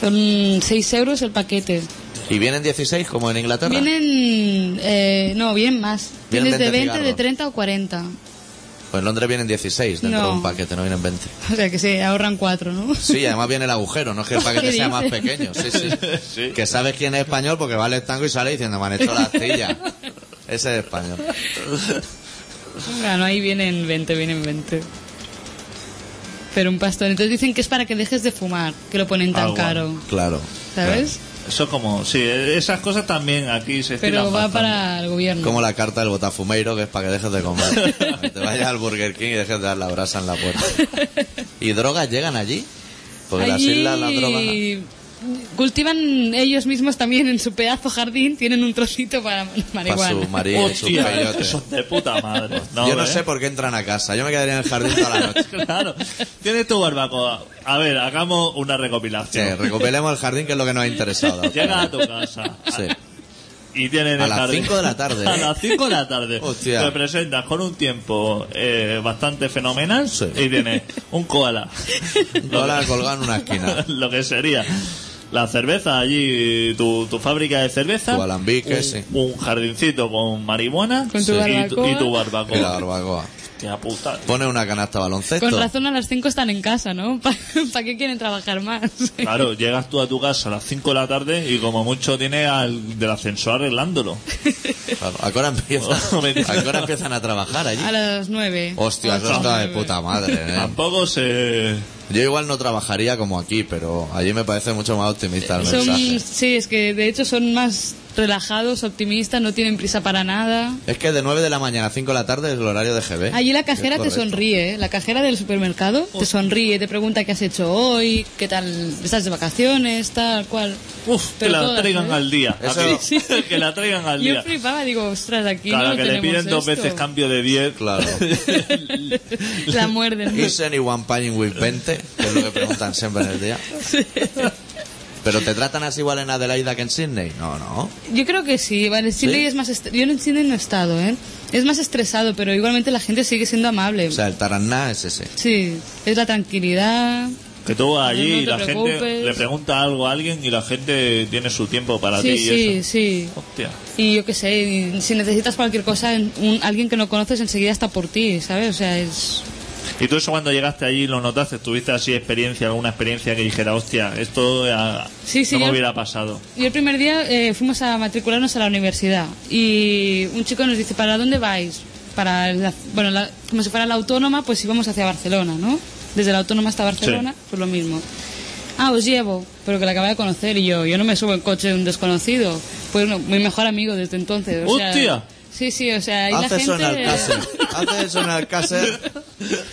Speaker 3: Son 6 euros el paquete.
Speaker 1: ¿Y vienen 16 como en Inglaterra?
Speaker 3: Vienen, eh, no, vienen más.
Speaker 1: Vienen
Speaker 3: Vienen de
Speaker 1: 20
Speaker 3: 20, de
Speaker 1: cigarros.
Speaker 3: 30 o 40.
Speaker 1: Pues en Londres vienen 16 dentro
Speaker 3: No.
Speaker 1: de un paquete, no vienen 20.
Speaker 3: O sea que se ahorran 4, ¿no?
Speaker 1: Sí, y además viene el agujero, no es que el paquete
Speaker 3: ¿Qué
Speaker 1: sea más
Speaker 3: dices?
Speaker 1: pequeño. Sí, sí.
Speaker 2: Sí.
Speaker 1: Que sabes quién es español porque va al estanco y sale diciendo, me han hecho la astilla. Ese es español.
Speaker 3: Venga, Ah, no, ahí vienen 20, vienen 20. Pero un pastón. Entonces dicen que es para que dejes de fumar, que lo ponen tan
Speaker 2: Ah, guau.
Speaker 3: caro.
Speaker 1: Claro.
Speaker 3: ¿Sabes?
Speaker 2: Eso como, sí, esas cosas también aquí se estilan
Speaker 3: Pero va
Speaker 2: bastante.
Speaker 3: para el gobierno.
Speaker 1: Como la carta del botafumeiro, que es para que dejes de comer. Que te vayas al Burger King y dejes de dar la brasa en la puerta. ¿Y drogas llegan allí? Porque las
Speaker 3: Allí
Speaker 1: islas, las drogas...
Speaker 3: Cultivan ellos mismos también en su pedazo jardín, tienen un trocito para
Speaker 1: Para su
Speaker 3: marihuana.
Speaker 1: marido y sus
Speaker 2: Hostia,
Speaker 1: peyotes.
Speaker 2: son de puta madre.
Speaker 1: Yo no
Speaker 2: ¿eh?
Speaker 1: sé por qué entran a casa. Yo me quedaría en el jardín toda la noche.
Speaker 2: Claro, tienes tu barbacoa. A ver, hagamos una
Speaker 1: Sí,
Speaker 2: recopilación.
Speaker 1: recopilemos el jardín, que es lo que nos ha interesado.
Speaker 2: Llega a tu casa
Speaker 1: Sí.
Speaker 2: y tienen
Speaker 1: A
Speaker 2: el
Speaker 1: las
Speaker 2: jardín.
Speaker 1: cinco de la tarde,
Speaker 2: A
Speaker 1: ¿eh?
Speaker 2: las 5 de la tarde.
Speaker 1: Hostia.
Speaker 2: Te presentas con un tiempo eh, bastante fenomenal
Speaker 1: Sí.
Speaker 2: y tienes un koala.
Speaker 1: No la han colgado en una esquina.
Speaker 2: Lo que sería la cerveza allí, tu, tu fábrica de cerveza.
Speaker 1: Tu alambique,
Speaker 3: Eh,
Speaker 2: un,
Speaker 1: sí.
Speaker 2: un jardincito con marihuana
Speaker 3: Con tu
Speaker 2: y
Speaker 3: barbacoa.
Speaker 2: y, tu
Speaker 1: Y la
Speaker 2: barbacoa.
Speaker 1: barbacoa.
Speaker 2: Hostia puta.
Speaker 1: Pone una canasta baloncesto.
Speaker 3: Con razón a las 5 están en casa, ¿no? ¿Para qué quieren trabajar más?
Speaker 2: Claro, llegas tú a tu casa a las 5 de la tarde y como mucho tienes al del ascensor arreglándolo.
Speaker 1: Claro, ¿A qué hora empiezan, a qué hora empiezan a trabajar allí?
Speaker 3: A las 9.
Speaker 1: Hostia, eso está de puta madre, ¿eh?
Speaker 2: Tampoco se...
Speaker 1: Yo igual no trabajaría como aquí, pero allí me parece mucho más optimista el
Speaker 3: Eh, Son,
Speaker 1: mensaje.
Speaker 3: sí, es que de hecho son más relajados, optimistas, no tienen prisa para nada.
Speaker 1: Es que de 9 de la mañana a 5 de la tarde es el horario de GB.
Speaker 3: Allí la cajera
Speaker 1: Eh, Es
Speaker 3: te
Speaker 1: correcto.
Speaker 3: sonríe, ¿eh? la cajera del supermercado te sonríe, te pregunta qué has hecho hoy, qué tal, estás de vacaciones, tal, cual.
Speaker 2: Uf, que
Speaker 3: Pero
Speaker 2: la
Speaker 3: todas,
Speaker 2: traigan
Speaker 3: ¿eh?
Speaker 2: al día.
Speaker 1: Eso-
Speaker 2: aquí.
Speaker 3: Sí, sí.
Speaker 2: que la traigan al
Speaker 3: Yo
Speaker 2: día.
Speaker 3: flipaba, digo, ostras, aquí
Speaker 2: Claro,
Speaker 3: no
Speaker 2: que le
Speaker 3: tenemos
Speaker 2: piden dos
Speaker 3: esto.
Speaker 2: veces cambio de 10.
Speaker 1: Claro.
Speaker 3: La muerden.
Speaker 1: Is anyone paying with 20? Que es lo que preguntan siempre en el día. ¿Pero te tratan así igual en Adelaida que en Sydney? No, no.
Speaker 3: Yo creo que sí, vale, Chile
Speaker 1: ¿Sí?
Speaker 3: es más... est- Yo en Chile no he estado, ¿eh? Es más estresado, pero igualmente la gente sigue siendo amable.
Speaker 1: O sea, el Taraná es ese.
Speaker 3: sí, es la tranquilidad.
Speaker 2: Que tú vas allí
Speaker 3: No
Speaker 2: y
Speaker 3: te
Speaker 2: la gente
Speaker 3: preocupes.
Speaker 2: le pregunta algo a alguien y la gente tiene su tiempo para
Speaker 3: sí,
Speaker 2: ti.
Speaker 3: sí,
Speaker 2: Y eso.
Speaker 3: sí.
Speaker 2: Hostia.
Speaker 3: Y yo qué sé, y si necesitas cualquier cosa, en- un- alguien que no conoces enseguida está por ti, ¿sabes? O sea, es...
Speaker 2: ¿Y tú eso cuando llegaste allí lo notaste? ¿Tuviste así experiencia, alguna experiencia que dijera, hostia, esto ah,
Speaker 3: Sí, sí,
Speaker 2: no me
Speaker 3: yo-
Speaker 2: hubiera pasado?
Speaker 3: Y el primer día eh, fuimos a matricularnos a la universidad y un chico nos dice, ¿para dónde vais? Para la- bueno, la- como si fuera la autónoma, pues íbamos hacia Barcelona, ¿no? Desde la autónoma hasta Barcelona, pues lo mismo. Ah, os llevo, pero que la acaba de conocer y yo, yo no me subo en coche de un desconocido. Pues no, mi mejor amigo desde entonces. o sea-
Speaker 2: ¡Hostia!
Speaker 3: sí, sí, o sea, y la
Speaker 1: Hace
Speaker 3: gente...
Speaker 1: eso en Alcácer. Hace eso en Alcácer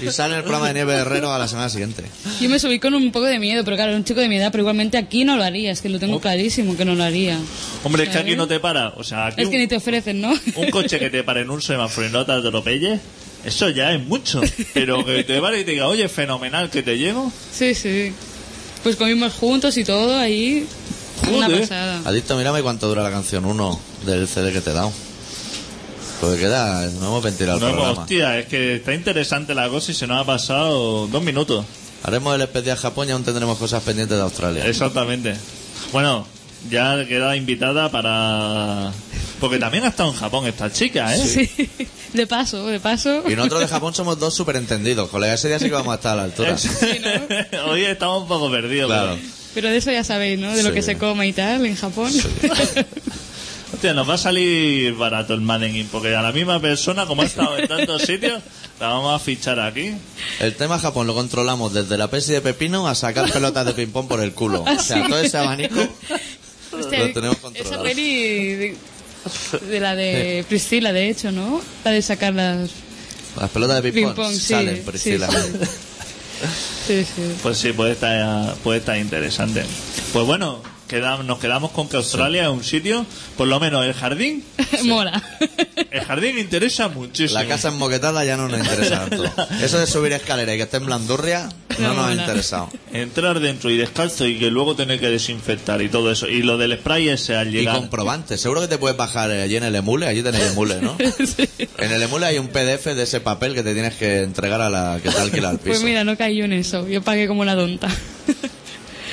Speaker 1: y sale en el programa de Nieve Herrero a la semana siguiente.
Speaker 3: Yo me subí con un poco de miedo, pero claro, era un chico de mi edad, pero igualmente aquí no lo haría, es que lo
Speaker 1: Oh.
Speaker 3: tengo clarísimo que no lo haría.
Speaker 2: Hombre, es que
Speaker 3: ¿Sabes?
Speaker 2: aquí no te para. O sea, aquí
Speaker 3: Es que ni
Speaker 2: un,
Speaker 3: te ofrecen, ¿no?
Speaker 2: un coche que te para en un semáforo y no te atropelle, eso ya es mucho. Pero que te pare y te diga, oye, fenomenal, que te llevo.
Speaker 3: Sí, sí. Pues comimos juntos y todo ahí. Una
Speaker 2: Joder.
Speaker 3: pasada.
Speaker 1: Adicto, mírame cuánto dura la canción 1 del CD que te he dado. Porque queda, no hemos ventilado el
Speaker 2: No,
Speaker 1: programa.
Speaker 2: hostia, es que está interesante la cosa y se nos ha pasado dos minutos.
Speaker 1: Haremos el especial Japón y aún tendremos cosas pendientes de Australia.
Speaker 2: Exactamente. Bueno, ya queda invitada para... Porque también ha estado en Japón esta chica, ¿eh?
Speaker 3: Sí. De paso, de paso.
Speaker 1: Y nosotros de Japón somos dos superentendidos, colega. Ese día sí que vamos a estar a la altura.
Speaker 2: Hoy estamos un poco perdidos.
Speaker 1: Claro.
Speaker 2: pero-
Speaker 3: Pero de eso ya sabéis, ¿no? De lo
Speaker 1: Sí.
Speaker 3: que se come y tal en Japón.
Speaker 2: Hostia, nos va a salir barato el Madden In, porque a la misma persona, como ha estado en tantos sitios, la vamos a fichar aquí.
Speaker 1: El tema Japón lo controlamos desde la pesi de pepino a sacar pelotas de ping-pong por el culo. O sea, todo ese abanico.
Speaker 3: Hostia,
Speaker 1: Lo tenemos controlado.
Speaker 3: Esa peli de, de la de Priscila, de hecho, ¿no? La de sacar las
Speaker 1: Las pelotas de
Speaker 3: ping
Speaker 1: ping-pong
Speaker 3: pong, sí.
Speaker 1: salen,
Speaker 3: sí,
Speaker 1: Priscila.
Speaker 3: Sí, sí. sí.
Speaker 2: Pues sí, puede estar, puede estar interesante. Pues bueno, queda- nos quedamos con que Australia es un sitio, por lo menos el jardín,
Speaker 3: Mola.
Speaker 2: el jardín interesa muchísimo.
Speaker 1: La casa enmoquetada ya no nos interesa tanto. Eso de subir escaleras y que esté en blandurria no nos ha
Speaker 3: Mola.
Speaker 1: interesado.
Speaker 2: Entrar dentro y descalzo y que luego tener que desinfectar y todo eso. Y lo del spray ese al
Speaker 1: Y
Speaker 2: llegar.
Speaker 1: comprobante. Seguro que te puedes bajar eh, allí en el emule. Allí tenéis emule, ¿no? En el emule hay un PDF de ese papel que te tienes que entregar a la que te alquila el piso.
Speaker 3: Pues mira, no caí yo en eso. Yo pagué como una donta.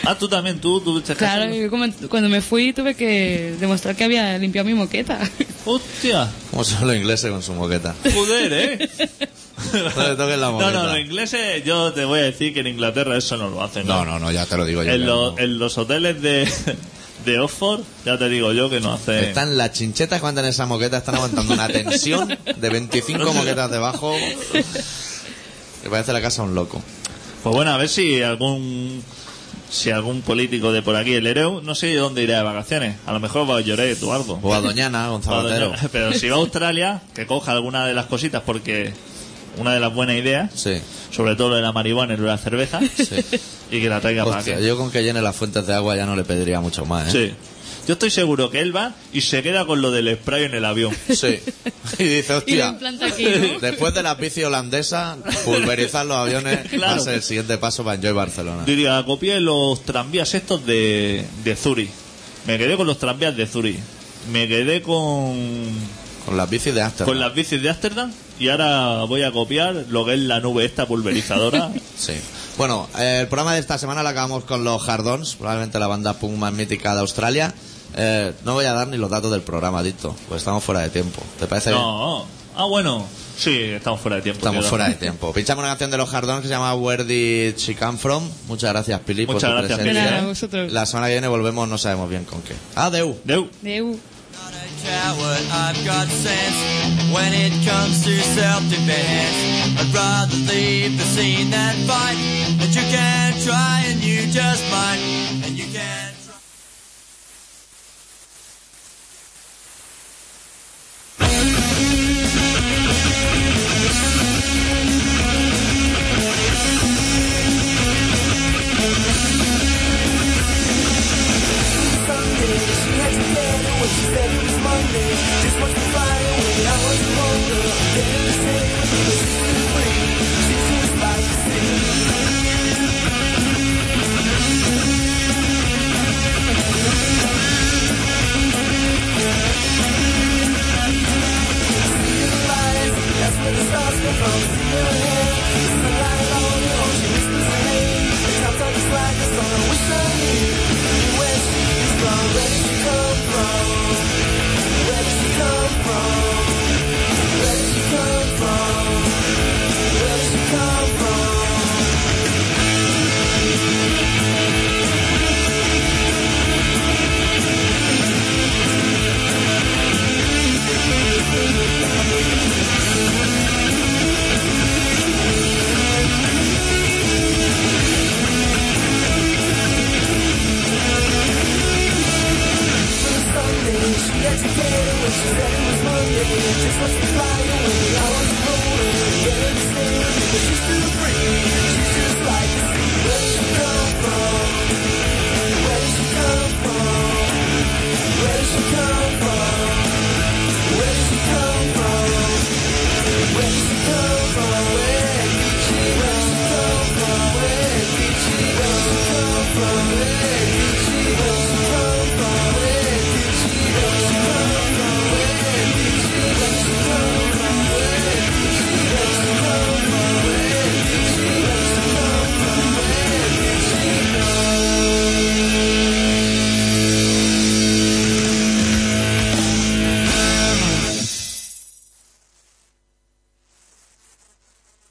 Speaker 2: Ah, tú también, tú, tú te
Speaker 3: Claro, yo como- cuando me fui tuve que demostrar que había limpiado mi moqueta.
Speaker 2: Hostia,
Speaker 1: Como son los ingleses con su moqueta.
Speaker 2: joder, ¿eh?
Speaker 1: No le toques la
Speaker 2: No,
Speaker 1: moqueta.
Speaker 2: no, los ingleses, yo te voy a decir que en Inglaterra eso no lo hacen.
Speaker 1: No, no, no, ya te lo digo yo.
Speaker 2: En,
Speaker 1: que
Speaker 2: los-
Speaker 1: no.
Speaker 2: en los hoteles de, de Oxford, ya te digo yo que no hacen.
Speaker 1: Están las chinchetas que aguantan esa moqueta, están aguantando una tensión de 25 moquetas debajo. Que parece la casa de un loco.
Speaker 2: Pues bueno, a ver si algún si algún político de por aquí, el Ereu, no sé dónde irá de vacaciones. A lo mejor va a Lloret o algo.
Speaker 1: O a Doñana, Gonzalo Otero.
Speaker 2: Pero si va a Australia, que coja alguna de las cositas, porque una de las buenas ideas,
Speaker 1: Sí.
Speaker 2: sobre todo lo de la marihuana y lo de la cerveza, y que la traiga para
Speaker 1: Hostia, ¿eh?
Speaker 2: aquí.
Speaker 1: yo con que llene las fuentes de agua ya no le pediría mucho más, ¿eh?
Speaker 2: Sí. Yo estoy seguro que él va y se queda con lo del spray en el avión.
Speaker 1: Sí. Y dice,
Speaker 3: Y lo
Speaker 1: hostia,
Speaker 3: implanta aquí, ¿no?
Speaker 1: después de la bici holandesa, pulverizar los aviones va a
Speaker 2: Claro.
Speaker 1: ser el siguiente paso para Enjoy Barcelona.
Speaker 2: Diría, copié los tranvías estos de, de Zurich. Me quedé con los tranvías de Zurich. Me quedé con
Speaker 1: Con las bicis de Amsterdam.
Speaker 2: con las bicis de Ámsterdam y ahora voy a copiar lo que es la nube esta pulverizadora.
Speaker 1: Sí. Bueno, eh, el programa de esta semana lo acabamos con los Hardons, probablemente la banda punk más mítica de Australia. Eh, no voy a dar ni los datos del programa, Dito, pues estamos fuera de tiempo. ¿Te parece bien?
Speaker 2: No, pues ah, bueno. Sí, estamos fuera de tiempo.
Speaker 1: Estamos
Speaker 2: tío.
Speaker 1: fuera de tiempo. Pinchamos una canción de los Hardons que se llama Where Did She Come From. Muchas gracias, Pili, por
Speaker 2: Muchas
Speaker 1: tu
Speaker 2: gracias,
Speaker 1: presencia.
Speaker 3: Pili. Nada, a vosotros.
Speaker 1: La semana que viene volvemos, no sabemos bien con qué. Adeu.
Speaker 2: Deu.
Speaker 3: Deu.
Speaker 4: not a coward, I've got sense when it comes to self-defense. I'd rather leave the scene than fight, but you can try and you just might, and you can try.
Speaker 5: Where did she come